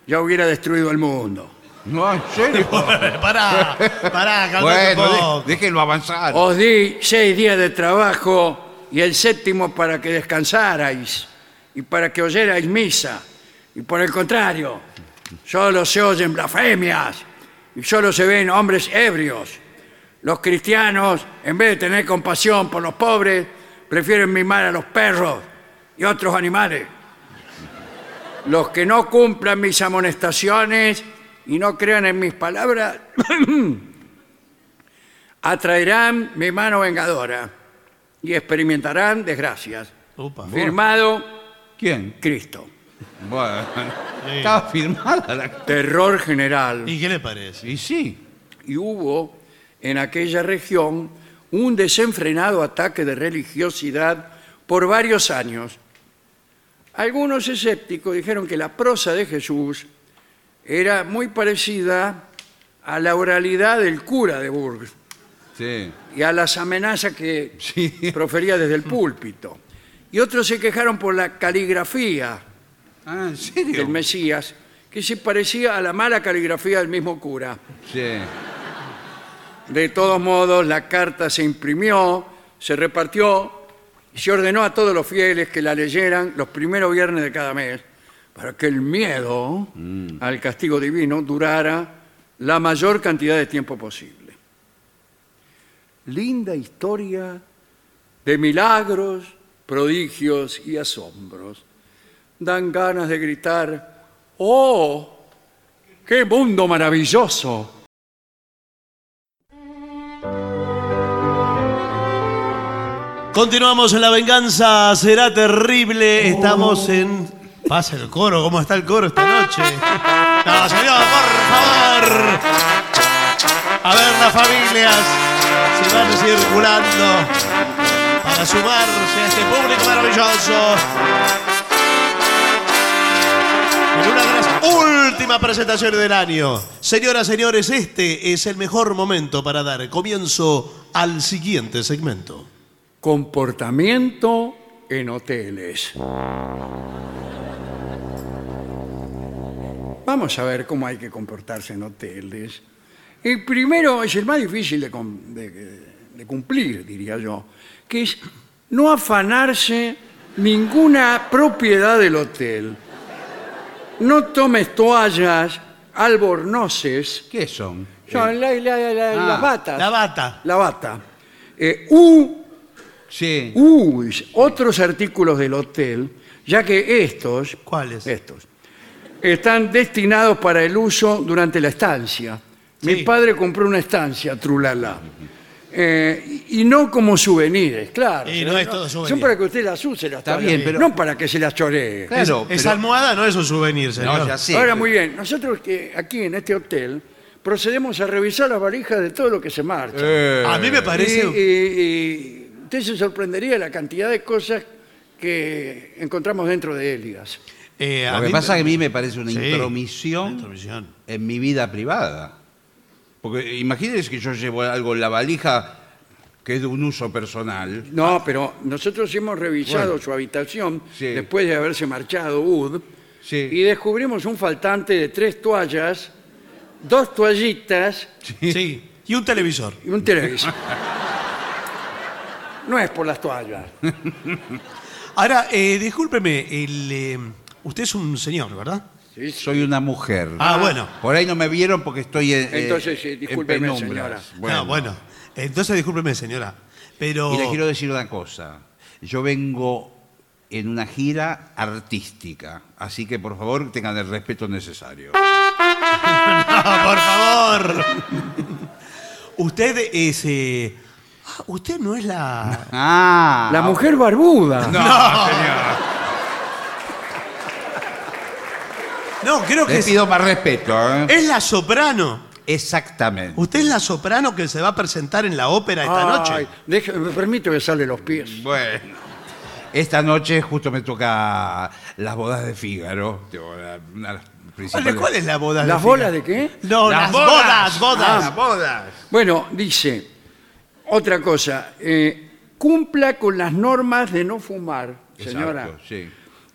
S1: ya hubiera destruido el mundo.
S3: No, en
S2: [LAUGHS]
S3: serio.
S2: [LAUGHS] pará, pará, calmate un
S3: bueno,
S2: poco.
S3: de- déjenlo avanzar.
S1: Os di seis días de trabajo y el séptimo para que descansarais y para que oyerais misa. Y por el contrario, solo se oyen blasfemias y solo se ven hombres ebrios. Los cristianos, en vez de tener compasión por los pobres, prefieren mimar a los perros y otros animales. Los que no cumplan mis amonestaciones y no crean en mis palabras atraerán mi mano vengadora y experimentarán desgracias.
S2: Upa.
S1: Firmado
S3: ¿Quién?
S1: Cristo.
S3: Bueno, estaba firmada la...
S1: Terror general.
S2: ¿Y qué le parece?
S3: Y sí.
S1: Y hubo en aquella región un desenfrenado ataque de religiosidad por varios años. Algunos escépticos dijeron que la prosa de Jesús era muy parecida a la oralidad del cura de Burgos.
S3: Sí.
S1: y a las amenazas que
S3: Sí.
S1: [LAUGHS] profería desde el púlpito. Y otros se quejaron por la caligrafía
S3: Ah, ¿en
S1: del
S3: serio?
S1: Mesías, que se parecía a la mala caligrafía del mismo cura.
S3: Sí.
S1: De todos modos, la carta se imprimió, se repartió y se ordenó a todos los fieles que la leyeran los primeros viernes de cada mes, para que el miedo al castigo divino durara la mayor cantidad de tiempo posible. Linda historia de milagros, prodigios y asombros. Dan ganas de gritar, ¡oh! ¡Qué mundo maravilloso!
S2: Continuamos en La Venganza Será Terrible. Estamos en... Pasa el coro, ¿cómo está el coro esta noche? No, señor, por favor. A ver, las familias se van circulando para sumarse a este público maravilloso. En una de las últimas presentaciones del año. Señoras, señores, este es el mejor momento para dar comienzo al siguiente segmento.
S1: Comportamiento en hoteles. Vamos a ver cómo hay que comportarse en hoteles. El primero es el más difícil de, cum- de- de cumplir, diría yo, que es no afanarse ninguna propiedad del hotel. No tomes toallas, albornoces,
S3: ¿Qué son? Eh,
S1: son la- la- la-
S3: Ah,
S1: las batas.
S2: La bata.
S1: La bata. Eh, u
S3: Sí.
S2: Uh,
S1: Uy, otros artículos del hotel, ya que estos,
S2: ¿Cuáles?
S1: estos, están destinados para el uso durante la estancia. Mi
S2: Sí.
S1: padre compró una estancia, trulala. Eh, y y no como souvenirs, claro.
S2: Y
S1: Se-
S2: no es todo souvenir.
S1: Son para que usted las use, las
S3: Está
S1: toallas,
S3: bien, pero-
S1: no para que se las choree.
S3: Claro,
S2: Esa
S3: pero-
S2: almohada no es un souvenir, señor.
S3: No, ya sé.
S1: Ahora,
S3: pero-
S1: muy bien, nosotros que aquí en este hotel procedemos a revisar las valijas de todo lo que se marcha.
S3: Eh,
S2: A mí me parece...
S1: Y, y- y usted se sorprendería de la cantidad de cosas que encontramos dentro de Elias.
S2: eh, a
S3: Lo que
S2: mí
S3: pasa
S2: me-
S3: es que a mí me parece una
S2: Sí,
S3: intromisión,
S2: una intromisión.
S3: en mi vida privada. Porque imagínense que yo llevo algo en la valija que es de un uso personal.
S1: No, pero Ah, nosotros hemos revisado
S3: Bueno.
S1: su habitación
S3: Sí.
S1: después de haberse marchado Wood
S3: Sí.
S1: y descubrimos un faltante de tres toallas, dos toallitas
S2: Sí. Y un televisor.
S1: y un televisor. No es por las toallas.
S2: Ahora, eh, discúlpeme, el, eh, usted es un señor, ¿verdad?
S1: Sí, sí.
S3: Soy una mujer.
S2: Ah, bueno.
S3: Por ahí no me vieron porque estoy en. eh,
S1: Entonces, sí,
S3: en
S1: discúlpeme,
S3: penumbras.
S1: señora.
S2: Bueno. Ah, bueno. Entonces, discúlpeme, señora. Pero.
S3: Y le quiero decir una cosa. Yo vengo en una gira artística, así que por favor tengan el respeto necesario.
S2: Ah, por
S3: [LAUGHS]
S2: favor. usted es. eh, ah, usted no es la.
S3: Ah,
S1: La mujer barbuda.
S3: No, señor.
S2: No, creo que
S3: Les
S2: es,
S3: pido más respeto. ¿eh?
S2: es la soprano.
S3: Exactamente.
S2: Usted es la soprano que se va a presentar en la ópera esta
S1: Ay,
S2: noche.
S1: déjeme- me permite besarle los pies.
S3: Bueno. Esta noche justo me toca las bodas de Fígaro. Digo, la- una de las
S2: ¿Cuál,
S3: principales.
S2: cuál es la boda? de
S1: ¿Las
S2: Fígaro?
S1: bolas de qué?
S2: No, las,
S3: Las
S2: bodas, bodas.
S3: Ah, bodas.
S1: Bueno, dice, otra cosa, eh, cumpla con las normas de no fumar, señora.
S3: Exacto, sí.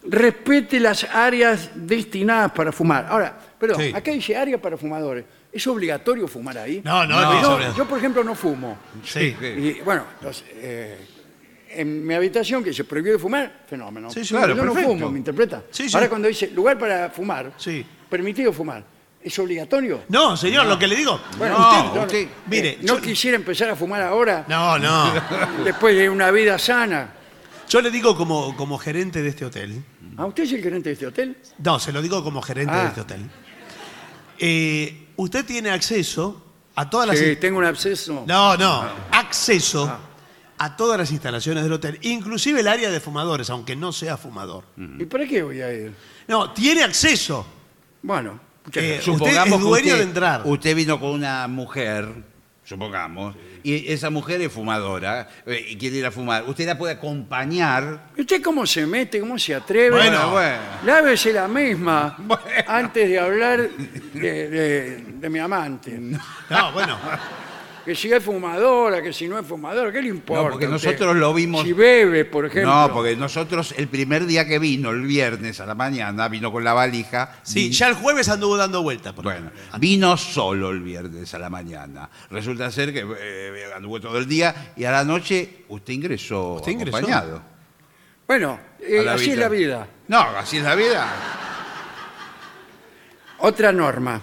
S1: respete las áreas destinadas para fumar. Ahora, perdón,
S2: Sí.
S1: acá dice área para fumadores. ¿Es obligatorio fumar ahí?
S2: No, no,
S1: Porque
S2: no,
S1: yo-
S2: sobre-
S1: Yo, por ejemplo, no fumo.
S2: Sí.
S1: Y bueno, entonces, eh, en mi habitación que se prohibió de fumar, fenómeno.
S2: Sí, sí,
S1: Pero
S2: claro,
S1: yo no
S3: perfecto.
S1: fumo, ¿me interpreta?
S2: Sí, sí.
S1: Ahora cuando dice lugar para fumar,
S2: Sí.
S1: permitido fumar, ¿es obligatorio?
S2: No, señor, lo que le digo.
S1: Bueno,
S2: usted,
S1: yo-
S3: usted-
S2: mire,
S1: eh, no
S2: yo-
S1: quisiera empezar a fumar ahora,
S2: No, no. [LAUGHS]
S1: después de una vida sana.
S2: Yo le digo como, como gerente de este hotel.
S1: ¿A usted es el gerente de este hotel?
S2: No, se lo digo como gerente
S1: Ah.
S2: de este hotel. Eh, usted tiene acceso a todas las.
S1: Sí,
S2: in-
S1: tengo Ah. un absceso.
S2: No, no. Acceso a todas las instalaciones del hotel, inclusive el área de fumadores, aunque no sea fumador.
S1: ¿Y para qué voy a ir?
S2: No, tiene acceso.
S1: Bueno, muchas
S2: Eh,
S1: gracias.
S2: Usted es
S3: que
S2: dueño de entrar.
S3: Usted vino con una mujer, supongamos, y esa mujer es fumadora eh, y quiere ir a fumar. Usted la puede acompañar.
S1: ¿Y ¿Usted cómo se mete? ¿Cómo se atreve?
S2: Bueno,
S3: bueno.
S1: Lávese la misma
S3: Bueno.
S1: antes de hablar de, de- de mi amante.
S2: No, bueno.
S1: Que si es fumadora, que si no es fumadora, ¿qué le importa?
S3: porque
S1: a usted?
S3: nosotros lo vimos-
S1: Si bebe, por ejemplo.
S3: No, porque nosotros el primer día que vino, el viernes a la mañana, vino con la valija.
S1: [LAUGHS]
S2: Sí,
S3: vin-
S2: ya el jueves anduvo dando vueltas. por
S3: Bueno,
S2: ejemplo.
S3: vino solo el viernes a la mañana. Resulta ser que eh, anduvo todo el día y a la noche usted ingresó
S2: ¿Usted ingresó?
S3: acompañado.
S1: Bueno, eh,
S3: a la
S1: así es la vida.
S3: No, así es la vida.
S1: Otra norma.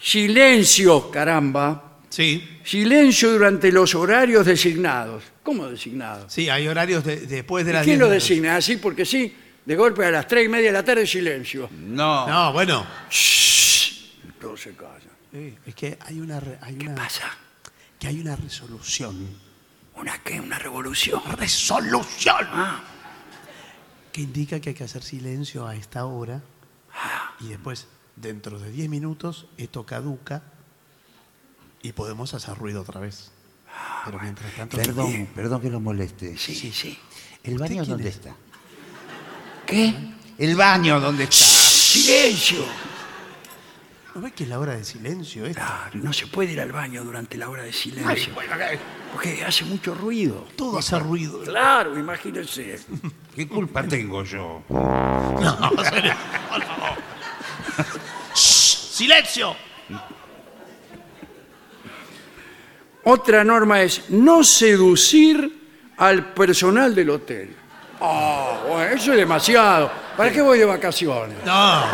S1: Silencio, caramba.
S2: Sí,
S1: Silencio durante los horarios designados. ¿Cómo designados?
S2: sí, hay horarios de- después de
S1: ¿Y
S2: las
S1: ¿Quién
S2: 10
S1: lo
S2: de la noche.
S1: designa? Así porque sí, de golpe a las tres y media de la tarde, silencio.
S3: No.
S2: No, bueno.
S1: Todo se calla.
S2: Sí, Es que hay una, re- hay una-
S1: Pasa.
S2: que hay una resolución.
S1: ¿Una qué? ¿Una revolución?
S2: Resolución.
S1: Ah.
S2: Que indica que hay que hacer silencio a esta hora.
S1: ah,
S2: Y después, dentro de 10 minutos, esto caduca y podemos hacer ruido otra vez. Pero mientras tanto.
S3: Perdón, perdón que lo moleste.
S1: Sí, sí, sí.
S3: ¿El baño
S2: quién
S3: dónde
S2: es?
S3: está?
S1: ¿Qué?
S3: El baño dónde
S1: Ah,
S3: está.
S1: ¡Silencio!
S2: ¿No ves que es la hora de silencio esta?
S1: Ah, no se puede ir al baño durante la hora de silencio.
S3: Ah,
S1: Porque hace mucho ruido.
S2: Todo hace [LAUGHS] ruido.
S1: Claro, imagínense.
S3: ¿Qué culpa tengo yo?
S2: ¡Silencio!
S1: Otra norma es no seducir al personal del hotel. Ah, bueno, eso es demasiado. ¿Para qué voy de vacaciones?
S2: No.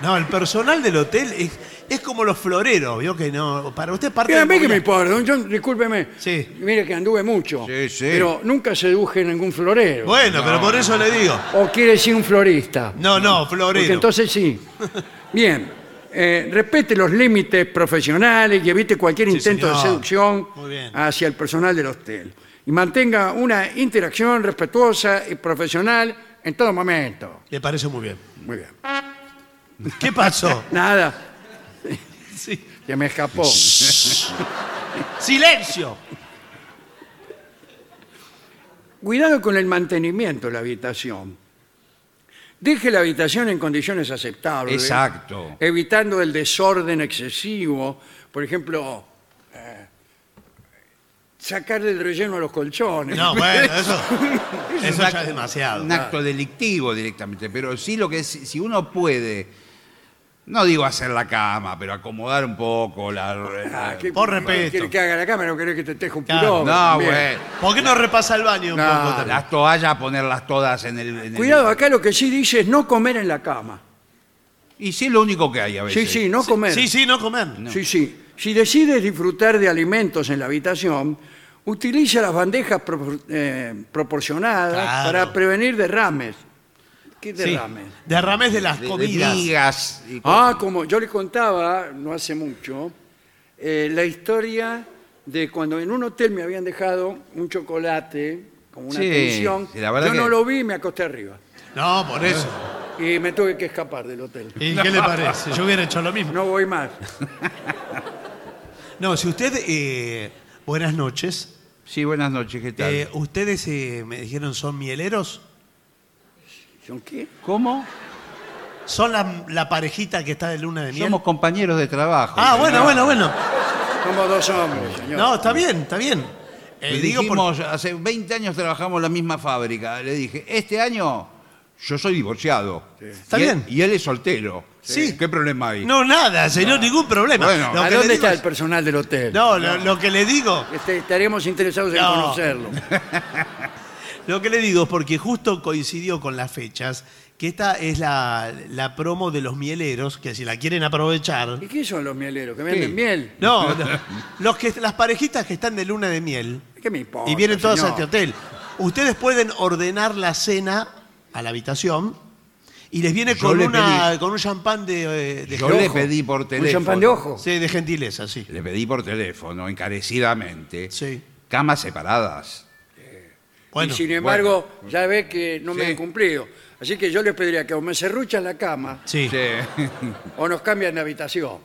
S2: No, el personal del hotel es, es como los floreros, ¿vio? Que no. Para usted es parte
S1: Mira, a mí
S2: del
S1: que me
S2: mobiliario.
S1: importa. Yo, discúlpeme.
S2: Sí.
S1: Mire que anduve mucho.
S3: Sí, sí.
S1: Pero nunca seduje ningún florero.
S2: Bueno, pero por eso le digo.
S1: O quiere decir un florista.
S2: No, no,
S1: Porque
S2: florero.
S1: entonces
S2: [LAUGHS]
S1: sí. Bien. eh, respete los límites profesionales y evite cualquier
S2: Sí,
S1: intento de
S2: señor.
S1: seducción
S2: Muy bien.
S1: hacia el personal del hotel. Y mantenga una interacción respetuosa y profesional en todo momento.
S2: Le parece muy bien.
S1: Muy bien.
S2: ¿Qué
S1: [LAUGHS]
S2: pasó?
S1: Nada,
S2: Sí.
S1: se me escapó.
S2: [LAUGHS] ¡Silencio!
S1: Cuidado con el mantenimiento de la habitación. Deje la habitación en condiciones aceptables.
S3: Exacto.
S1: Evitando el desorden excesivo. Por ejemplo, eh, sacar del relleno a los colchones.
S2: No, bueno, eso, eso
S3: una-
S2: ya es demasiado.
S3: Un acto delictivo directamente, pero sí lo que es, si uno puede, no digo hacer la cama, pero acomodar un poco la...
S1: [LAUGHS] Ah, ¿qué-
S2: Por respeto.
S1: ¿Quiere que haga la cámara o querés que te teje un
S2: Claro.
S1: pullover?
S3: no,
S1: Bien.
S3: güey.
S2: ¿Por qué no repasa el baño un
S1: No,
S2: poco también?
S3: Las toallas, ponerlas todas en el... en el-
S1: Cuidado, acá lo que sí dice es no comer en la cama.
S3: Y Pues sí es lo único que hay a
S1: Sí,
S3: veces.
S1: sí, no comer.
S2: Sí, sí, no comer.
S1: Sí, sí. Si decides disfrutar de alimentos en la habitación, utiliza las bandejas pro- eh, proporcionadas
S2: Claro.
S1: para prevenir derrames. ¿Qué
S2: Sí.
S1: derrames?
S2: Derrames de las
S3: De- de
S2: comidas.
S3: migas y
S1: Ah,
S3: cosas.
S1: como yo le contaba no hace mucho, eh, la historia de cuando en un hotel me habían dejado un chocolate como una
S3: Sí,
S1: atención.
S3: sí, la verdad
S1: yo no
S3: que-
S1: lo vi y me acosté arriba.
S2: No, por eso.
S1: Y me tuve que escapar del hotel.
S2: ¿Y qué
S1: [LAUGHS]
S2: le parece? Yo hubiera hecho lo mismo.
S1: No voy
S2: [LAUGHS]
S1: más.
S2: No, si usted. eh, buenas noches.
S3: Sí, buenas noches, ¿qué tal?
S2: Eh, ¿Ustedes eh, me dijeron son mieleros?
S1: ¿Son qué?
S3: ¿Cómo?
S2: ¿Son la, la parejita que está de luna de miel?
S3: Somos compañeros de trabajo.
S2: ah, bueno, bueno, bueno.
S1: Somos dos hombres, señor.
S2: No, está bien, está bien. Eh,
S3: Le
S2: digo
S3: dijimos, hace 20 años trabajamos en la misma fábrica. Le dije, este año yo soy divorciado.
S2: Está
S3: y
S2: bien.
S3: Él, y él es soltero.
S2: Sí.
S3: ¿Qué problema hay?
S2: No, nada, señor, ningún problema.
S3: Bueno.
S2: Lo
S1: ¿A
S2: que
S1: dónde
S2: le
S1: está el
S2: digo-
S1: personal del hotel?
S2: No, lo, lo que le digo,
S1: Este, estaremos interesados en
S2: No. [LAUGHS]
S1: conocerlo.
S2: lo que le digo es porque justo coincidió con las fechas, que esta es la, la promo de los mieleros, que si la quieren aprovechar.
S1: ¿Y qué son los mieleros? ¿Que venden
S3: Sí.
S1: miel?
S2: No, no. Los que, las parejitas que están de luna de miel
S1: ¿Qué me importa?
S2: y vienen todas a
S1: Oh, señor?
S2: este hotel, ustedes pueden ordenar la cena a la habitación y les viene
S3: Yo
S2: con,
S3: le
S2: una-
S3: pedí-
S2: con un champán de, eh, de
S3: Yo
S2: ojo.
S3: le pedí por
S1: ¿Un
S3: teléfono.
S1: champán de ojo?
S2: Sí, de gentileza, sí.
S3: Le pedí por teléfono, encarecidamente.
S2: Sí.
S3: Camas separadas.
S2: Bueno,
S1: y sin embargo, ya ve que no me
S3: Sí.
S1: han cumplido. Así que yo les pediría que o me serruchan la cama
S2: sí.
S3: Sí. [LAUGHS]
S1: o nos cambian de habitación.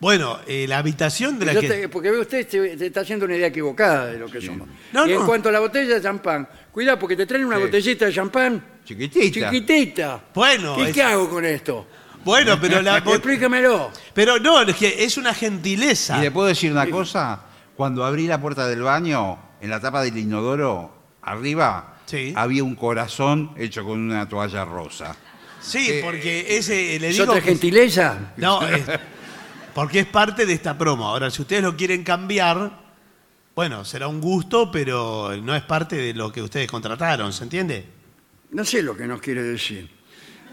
S2: Bueno, eh, la habitación de la
S1: Yo
S2: que...
S1: te- porque ve usted se, se está haciendo una idea equivocada de lo que somos.
S2: No,
S1: y en
S2: no.
S1: cuanto a la botella de champán, cuidado porque te traen una
S3: Sí.
S1: botellita de champán
S3: Chiquitita.
S1: chiquitita.
S2: Bueno,
S1: ¿Y
S2: es-
S1: qué hago con esto?
S2: Bueno,
S1: [LAUGHS]
S2: pero la...
S1: Explícamelo.
S2: Pero no, es que es una
S3: Y
S2: gentileza.
S3: le puedo decir una cosa, cuando abrí la puerta del baño, en la tapa del inodoro, arriba,
S2: Sí.
S3: había un corazón hecho con una toalla rosa.
S2: Sí, porque ese, eh, le
S1: ¿Es
S2: digo...
S1: otra
S2: que-
S1: gentileza?
S2: No, es- porque es parte de esta promo. Ahora, si ustedes lo quieren cambiar, bueno, será un gusto, pero no es parte de lo que ustedes contrataron, ¿se entiende?
S1: No sé lo que nos quiere decir.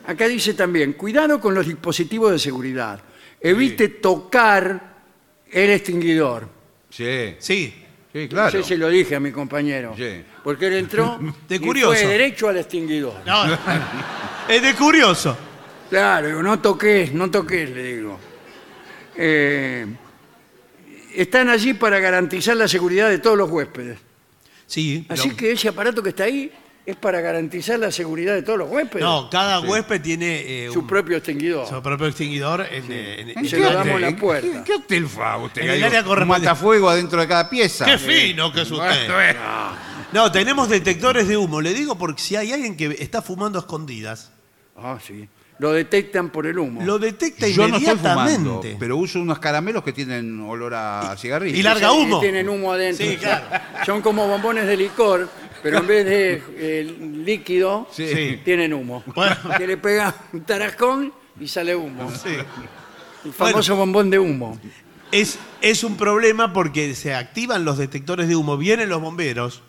S1: Acá dice también, cuidado con los dispositivos de seguridad. Evite tocar el extinguidor.
S3: Sí,
S2: Sí.
S3: sí, claro.
S1: No sé si lo dije a mi compañero.
S3: Sí.
S1: Porque él entró
S2: [LAUGHS] De
S1: y
S2: curioso.
S1: fue derecho al extinguidor.
S2: No, [LAUGHS] es de curioso.
S1: Claro, digo, no toques, no toques, le digo. Eh, están allí para garantizar la seguridad de todos los huéspedes.
S2: Sí. pero-
S1: Así que ese aparato que está ahí es para garantizar la seguridad de todos los huéspedes.
S2: No, cada huésped tiene eh,
S1: su
S2: un-
S1: propio extinguidor.
S2: su propio extinguidor en, eh, en-
S3: ¿En
S1: se
S3: qué
S1: lo
S3: hotel?
S1: damos la
S3: ¿En
S1: puerta.
S3: ¿Qué, qué hotel fue a usted?
S2: En el
S3: Hay
S2: área
S3: un
S2: correspondiente.
S3: matafuego adentro de cada pieza.
S2: ¡Qué fino que es
S3: Bueno,
S2: usted!
S3: eh.
S2: No, tenemos detectores de humo. Le digo porque si hay alguien que está fumando a escondidas,
S1: Ah, sí. Lo detectan por el humo.
S2: lo detecta
S3: Yo no estoy fumando,
S2: inmediatamente.
S3: pero uso unos caramelos que tienen olor a cigarrillo.
S2: y larga
S1: Sí,
S2: humo.
S1: Tienen humo adentro.
S2: Sí, claro.
S1: [LAUGHS] Son como bombones de licor, pero en vez de eh, líquido,
S3: Sí.
S2: Sí.
S1: tienen humo.
S2: Bueno.
S1: Que le pega un tarascón y sale humo.
S2: Sí.
S1: El famoso bombón de humo.
S2: Es, es un problema porque se activan los detectores de humo, vienen los bomberos.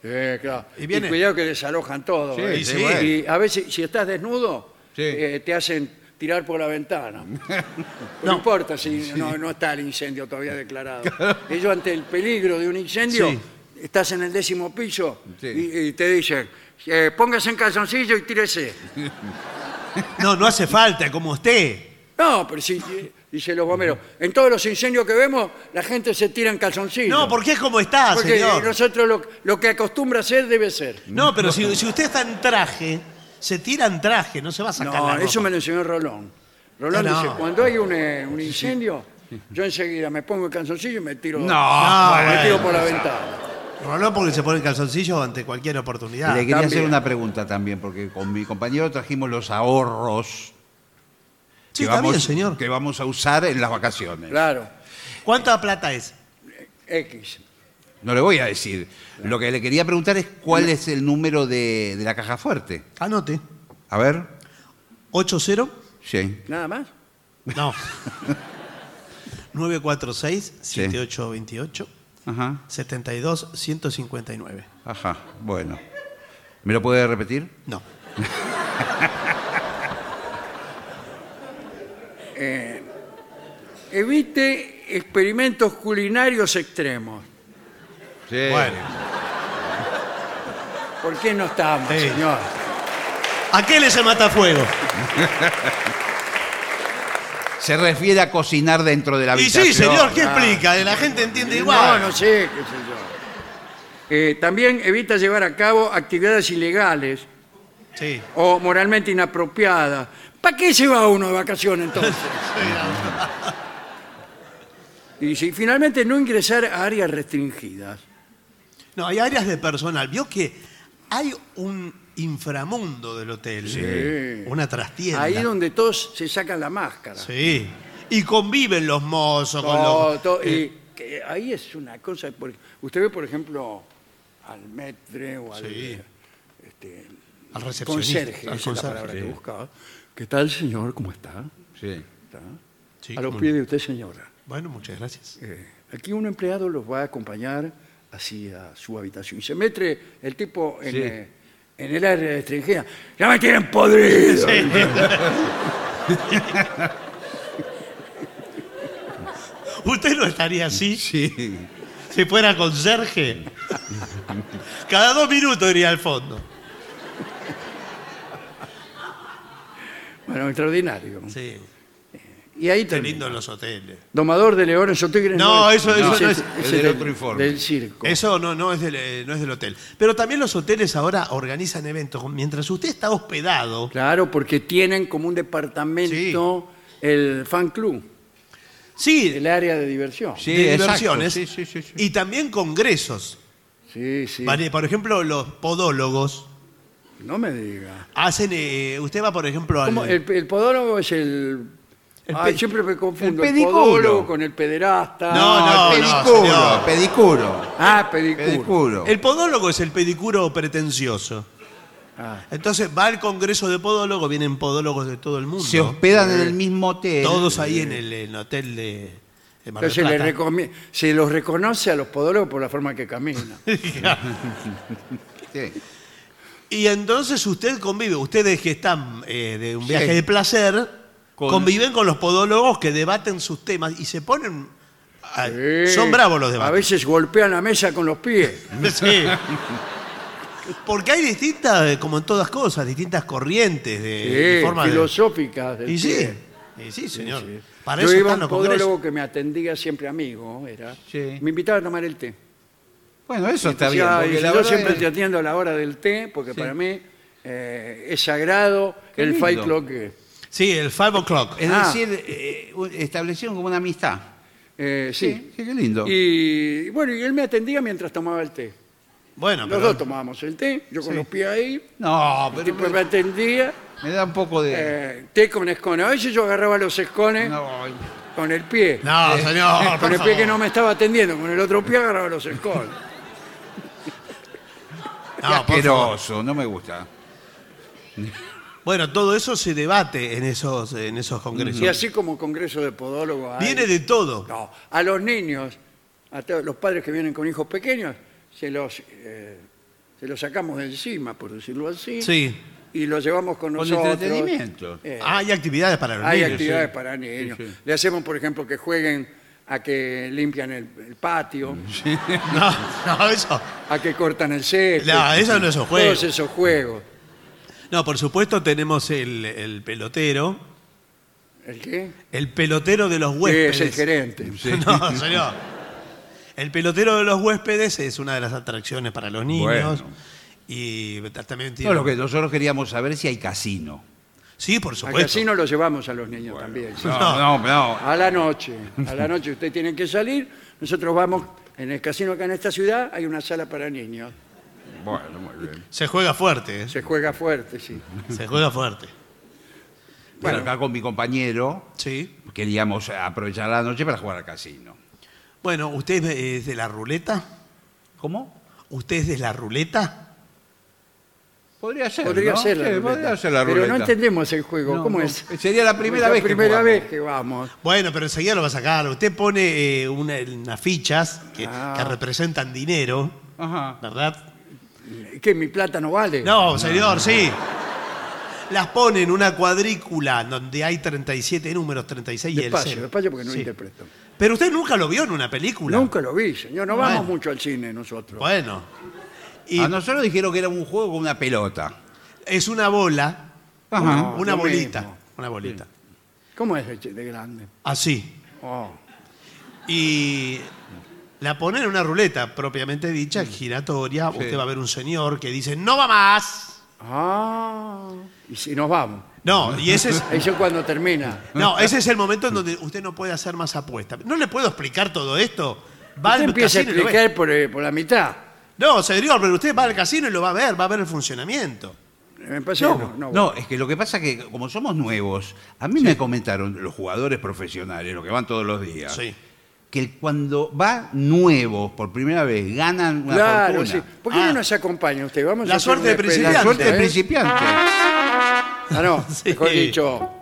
S1: Eh, claro.
S2: Y
S1: Y,
S2: viene-
S1: cuidado que desalojan todo.
S3: Sí,
S1: ¿eh?
S3: sí,
S1: Y a veces, si estás desnudo,
S3: Sí.
S1: eh, te hacen tirar por la ventana. No, importa si no, no está el incendio todavía declarado. Ellos ante el peligro de un incendio,
S2: Sí.
S1: estás en el décimo piso
S3: Sí.
S1: y, y te dicen, eh, póngase en calzoncillo y tírese.
S2: No, no hace falta, como usted.
S1: No, pero sí, eh, dicen los bomberos. En todos los incendios que vemos, la gente se tira en calzoncillo.
S2: No, porque es como está,
S1: Porque
S2: señor.
S1: nosotros lo, lo que acostumbra ser debe ser.
S2: No, pero si, si usted está en traje, se tira en traje, no se va a sacar
S1: No,
S2: la
S1: eso me
S2: ropa.
S1: lo enseñó Rolón. Rolón
S2: No, no.
S1: dice, cuando hay un, eh, un incendio, yo enseguida me pongo el calzoncillo y me tiro,
S3: No,
S2: bueno.
S1: me tiro por la ventana.
S2: Roló porque se pone el calzoncillo ante cualquier oportunidad.
S3: Le quería hacer
S1: también.
S3: una pregunta también, porque con mi compañero trajimos los ahorros
S2: Sí,
S3: que,
S2: está
S3: vamos,
S2: bien, señor.
S3: que vamos a usar en las vacaciones.
S1: Claro,
S2: ¿Cuánta plata es?
S1: X.
S3: No le voy a decir. Lo que le quería preguntar es cuál es el número de, de la caja fuerte.
S2: Anote.
S3: A ver.
S2: ¿80?
S3: Sí.
S1: ¿Nada más?
S2: No. 946-7828.
S3: Ajá.
S2: 72-159.
S3: Ajá. Bueno. ¿Me lo puede repetir?
S2: No.
S1: Evite experimentos culinarios extremos.
S3: Sí.
S2: Bueno.
S1: ¿Por qué no estamos,
S2: Sí.
S1: señor?
S2: ¿A qué le se mata fuego?
S3: Se refiere a cocinar dentro de la
S2: Y
S3: habitación.
S2: sí, señor, ¿qué
S1: Ah.
S2: explica? La gente entiende
S1: No,
S2: igual.
S1: no sé, qué sé yo. Eh, también evita llevar a cabo actividades ilegales
S2: Sí.
S1: o moralmente inapropiadas. ¿Para qué se va uno de vacaciones
S2: [LAUGHS]
S1: entonces? Y si finalmente no ingresar a áreas restringidas.
S2: No, hay áreas de personal. Vio que hay un inframundo del hotel.
S1: Sí.
S2: Una trastienda.
S1: Ahí donde todos se sacan la máscara.
S2: Sí. Y conviven los mozos con
S1: Todo,
S2: los... eh,
S1: todo, y que ahí es una cosa. por- usted ve, por ejemplo, al metre o al.
S2: Sí.
S1: este,
S2: Al recepcionista.
S1: conserje,
S2: al
S1: esa es la
S2: conserje.
S1: palabra que buscaba. ¿Qué tal, señor? ¿Cómo está?
S3: Sí.
S1: ¿Está?
S2: Sí,
S1: A los
S2: cómo
S1: pies
S2: no.
S1: de usted, señora.
S2: Bueno, muchas gracias.
S1: Eh, aquí un empleado los va a acompañar hacia su habitación. Y se mete el tipo en,
S3: Sí.
S1: eh, en el área restringida. ¡Ya me tienen podrido!
S2: [LAUGHS] Usted no estaría así
S3: Sí.
S2: si fuera conserje. Cada dos minutos iría al fondo.
S1: Bueno, extraordinario.
S2: Sí.
S1: Y ahí
S2: Qué
S1: termina.
S2: lindo los hoteles.
S1: Domador de leones o tigres.
S2: No, eso- eso no es-
S3: es del
S1: del-
S3: otro informe.
S1: Del circo.
S2: Eso no, no, es del, eh, no es del hotel. Pero también los hoteles ahora organizan eventos. Mientras usted está hospedado,
S1: Claro, porque tienen como un departamento el fan club,
S2: sí,
S1: el área de diversión.
S3: Sí,
S2: de
S3: exacto.
S2: diversiones
S3: Sí, sí, sí, sí.
S2: y también congresos.
S1: sí. sí.
S2: Vale, Por ejemplo, los podólogos
S1: No me diga.
S2: hacen. eh, usted va, por ejemplo, al.
S1: ¿Cómo? El, el podólogo es el.
S2: El
S1: Ah,
S2: pe-
S1: siempre me confundo.
S3: el
S1: El,
S3: pedicuro.
S1: podólogo con el pederasta.
S2: No, no,
S3: el
S2: no,
S3: pedicuro,
S2: señor.
S3: pedicuro.
S1: Ah, pedicuro.
S3: Pedicuro.
S2: El podólogo es el pedicuro pretencioso.
S1: Ah,
S2: Entonces va al congreso de podólogos, vienen podólogos de todo el mundo.
S3: Se hospedan en el mismo hotel.
S2: Todos ahí en el, en el hotel de, de Mar del
S1: entonces le
S2: Plata.
S1: recomi- se los reconoce a los podólogos por la forma que caminan.
S3: Sí.
S2: Y entonces usted convive, ustedes que están eh, de un
S3: Sí.
S2: viaje de placer,
S3: Con-
S2: conviven con los podólogos que debaten sus temas y se ponen... ah,
S1: Sí.
S2: Son bravos los
S1: A
S2: debates.
S1: veces golpean la mesa con los pies.
S2: [LAUGHS] Sí. Porque hay distintas, eh, como en todas cosas, distintas corrientes de, de
S1: Sí,
S2: forma de-
S1: filosóficas. del
S2: Y sí,
S1: pie.
S2: y sí, señor.
S1: Sí.
S2: Para
S1: Yo
S2: eso
S1: iba a
S2: están
S1: un
S2: los congresos.
S1: podólogo que me atendía siempre amigo, era.
S3: Sí.
S1: Me invitaba a tomar el té.
S3: Bueno, eso está bien.
S1: Decía, "Ay,
S3: porque la
S1: yo
S3: verdad
S1: siempre
S3: es-
S1: te atiendo a la hora del té, porque para mí eh, es sagrado
S3: Qué
S1: el
S3: lindo.
S1: fight clock. eh,
S2: Sí, el five o'clock.
S3: Es
S1: Ah.
S3: decir, eh, un- establecieron como una amistad.
S1: eh, sí.
S3: qué lindo.
S1: Y bueno, y él me atendía mientras tomaba el té.
S2: Bueno,
S1: Los
S2: pero-
S1: dos tomábamos el té, yo con
S3: Sí.
S1: los pies ahí,
S3: No,
S1: el
S3: pero
S1: tipo me
S3: me,
S1: atendía,
S3: me da un poco de.
S1: eh, té con escones. A veces yo agarraba los
S2: eh,
S1: escones
S3: No,
S1: con el pie.
S2: No, señor.
S1: Eh, Con
S2: por
S1: el pie que no
S2: favor.
S1: me estaba atendiendo, con el otro pie agarraba los
S2: [LAUGHS]
S1: escones.
S2: No, por favor.
S3: asqueroso, Ah, no me gusta.
S2: Bueno, todo eso se debate en esos, en esos congresos.
S1: Y así como congreso de podólogos. hay-
S2: Viene de todo.
S1: No, a los niños, a todos los padres que vienen con hijos pequeños, se los, eh, se los sacamos de encima, por decirlo así.
S2: Sí.
S1: Y los llevamos con
S3: Con
S1: nosotros.
S3: entretenimiento.
S1: Eh,
S2: hay actividades para los
S1: hay
S2: niños.
S1: actividades
S2: sí.
S1: para niños.
S3: Sí, sí.
S1: Le hacemos, por ejemplo, que jueguen a que limpian el, el patio,
S2: Mm. No, no, eso.
S1: a que cortan el césped.
S2: No, eso no es un juego.
S1: Todos esos juegos.
S2: No, por supuesto tenemos el, el pelotero.
S1: ¿El qué?
S2: El pelotero de los
S1: Que es
S2: huéspedes.
S1: el gerente.
S2: [LAUGHS] No, señor. El pelotero de los huéspedes es una de las atracciones para los niños.
S3: Bueno.
S2: Y ta- también tiene.
S3: No, lo que nosotros queríamos saber si hay casino.
S2: Sí, por
S1: Al
S2: supuesto.
S1: casino los llevamos a los niños también. sí.
S2: No.
S3: no, no.
S1: A la noche, a la noche ustedes tienen que salir, nosotros vamos, en el casino acá en esta ciudad hay una sala para niños,
S3: Bueno, muy bien.
S2: Se juega fuerte, ¿eh?
S1: se juega fuerte, sí.
S2: Se juega fuerte.
S3: Bueno, acá con mi compañero
S2: Sí.
S3: queríamos aprovechar la noche para jugar al casino.
S2: Bueno, ¿usted es de la ruleta?
S3: ¿Cómo?
S2: ¿Usted es de la ruleta?
S3: Podría ser.
S1: Podría
S3: ¿no?
S1: ser la
S3: Sí,
S1: ruleta.
S3: podría ser la
S1: Pero
S3: ruleta.
S1: no entendemos el juego,
S3: No,
S1: ¿cómo
S3: no.
S1: es?
S3: Sería la primera
S1: Es
S3: vez que
S1: primera
S3: jugamos.
S1: vez que vamos.
S2: Bueno, pero enseguida lo va a sacar. Usted pone eh, una- unas fichas que,
S1: Ah.
S2: que representan dinero,
S3: Ajá.
S2: ¿verdad?
S1: Que mi plata no vale.
S2: No, señor, sí. Las pone en una cuadrícula donde hay 37 números, 36 y el
S1: despacio,
S2: cero.
S1: despacio porque no
S2: Sí.
S1: interpreto.
S2: Pero usted nunca lo vio en una película.
S1: Nunca lo vi, señor, no
S2: Bueno.
S1: vamos mucho al cine nosotros.
S2: Bueno. Y
S3: A
S1: Ah,
S3: nosotros dijeron que era un juego con una pelota.
S2: es una bola,
S1: Ajá.
S2: una
S1: lo
S2: bolita,
S1: mismo.
S2: una bolita.
S1: ¿Cómo es de, ch- de grande?
S2: Así.
S1: Oh.
S2: Y la pone en una ruleta propiamente dicha, giratoria. Usted va a ver un señor que dice, no va más.
S1: Ah, y si nos vamos.
S2: No, y ese es,
S1: Eso cuando termina.
S2: no, ese es el momento en donde usted no puede hacer más apuestas. No le puedo explicar todo esto. Va
S1: Usted
S2: al
S1: empieza a
S2: casino y lo ve.
S1: explicar por, eh, por la mitad.
S2: No, señor, pero usted va al casino y lo va a ver, va a ver el funcionamiento.
S1: Me parece
S3: No,
S1: que no, no.
S3: es que lo que pasa es que como somos nuevos, a mí me comentaron los jugadores profesionales, los que van todos los días,
S2: Sí.
S3: que el- cuando va nuevos por primera vez ganan una
S1: Claro, sí.
S3: fortuna.
S1: ¿Por qué
S2: Ah.
S1: no nos acompaña usted? Vamos a
S2: La
S1: hacer
S2: suerte
S1: una
S2: de
S1: especie-
S3: La
S2: principiante,
S3: suerte de
S1: ¿eh?
S3: principiante.
S1: Ah, no,
S2: [LAUGHS] Sí.
S1: mejor dicho.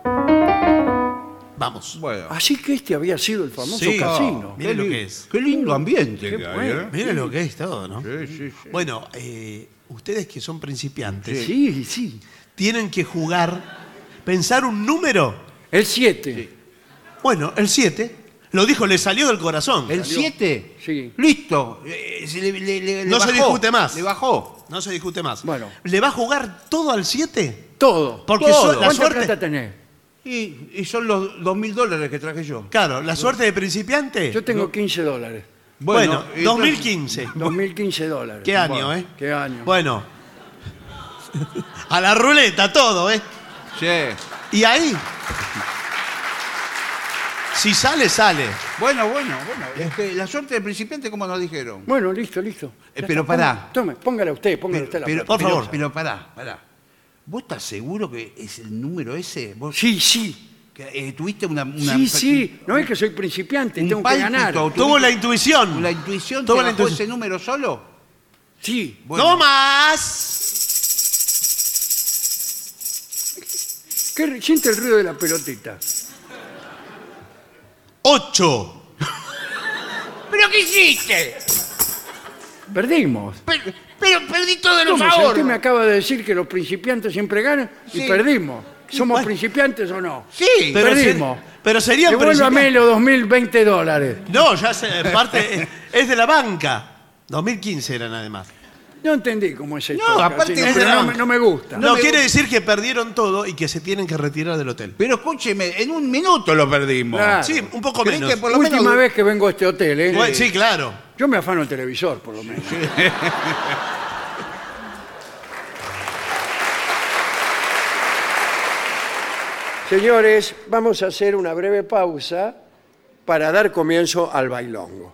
S2: Vamos.
S3: Bueno,
S1: Así que este había sido el famoso
S2: Sí.
S1: casino.
S2: Mire Oh, lo
S3: li-
S2: que es.
S3: Qué lindo ambiente. que hay,
S1: bueno.
S3: ¿eh?
S2: Mire lo que es todo, ¿no?
S3: Sí, sí, sí.
S2: Bueno, eh, ustedes que son principiantes
S1: Sí, sí.
S2: tienen que jugar, pensar un número.
S1: El 7.
S2: Bueno, el 7. Lo dijo, le salió del corazón.
S3: El 7.
S1: Sí.
S3: Listo. Eh, se le- le- le- le
S2: No se
S3: bajó,
S2: discute más.
S3: Le bajó.
S2: No se discute más.
S1: Bueno.
S2: ¿Le va a jugar todo al 7?
S1: Todo.
S2: Porque
S3: Todo.
S2: su- la
S1: ¿Cuánta
S2: suerte.
S1: plata tenés?
S3: Y, y son los dos mil dólares que traje yo.
S2: Claro, la suerte de principiante.
S1: Yo tengo 15 dólares.
S2: Bueno,
S3: entonces-
S2: 2015.
S1: 2015 dólares.
S2: ¿Qué año, eh?
S1: ¿Qué año?
S2: Bueno. A la ruleta todo, ¿eh?
S3: Sí.
S2: Y ahí. Si sale, sale.
S3: Bueno, bueno, bueno. es que la suerte del principiante, como nos dijeron.
S1: Bueno, listo, listo.
S3: Eh, pero pará.
S1: Tome, póngala usted, póngala usted la plata.
S2: por favor.
S3: Pero pará, pará. ¿Vos estás seguro que es el número ese? ¿Vos
S1: Sí, sí.
S3: que, eh, tuviste una, una-
S1: Sí, sí. No es que soy principiante,
S3: un
S1: tengo que
S3: pálpito,
S1: ganar.
S3: tú-
S2: Tuvo la intuición.
S3: ¿La intuición te
S2: Tuvo la
S3: bajó
S2: intuición.
S3: ese número solo?
S1: Sí.
S3: Bueno.
S2: ¡No más!
S1: ¿Qué ri- siente el ruido de la pelotita.
S2: ¡Ocho!
S5: ¿Pero qué hiciste?
S1: Perdimos.
S5: Pero, pero perdí todos los
S1: ¿Cómo? Si usted me
S5: ahorros.
S1: acaba de decir que los principiantes siempre ganan y
S3: Sí.
S1: perdimos. ¿Somos
S2: Bueno.
S1: principiantes o no?
S3: Sí.
S2: Pero, se-
S1: Perdimos.
S2: pero sería
S1: Devuélvame los 2020 dólares.
S2: No, ya se parte. es- es de la banca. 2015 eran además.
S1: No entendí cómo es esto.
S3: No,
S1: acá,
S3: aparte
S1: sí,
S3: es
S1: pero
S2: de la
S1: no,
S2: banca.
S1: me- no me gusta.
S2: No,
S3: me
S2: quiere
S3: gusta.
S2: decir que perdieron todo y que se tienen que retirar del hotel.
S3: Pero escúcheme, en un minuto lo perdimos.
S1: Claro.
S2: Sí, un poco
S3: ¿Crees
S2: menos.
S3: que por lo
S1: Última
S3: menos-
S1: vez que vengo a este hotel, ¿eh?
S2: Bueno, sí, claro.
S1: Yo me afano el televisor, por lo menos. [LAUGHS] Señores, vamos a hacer una breve pausa para dar comienzo al bailongo.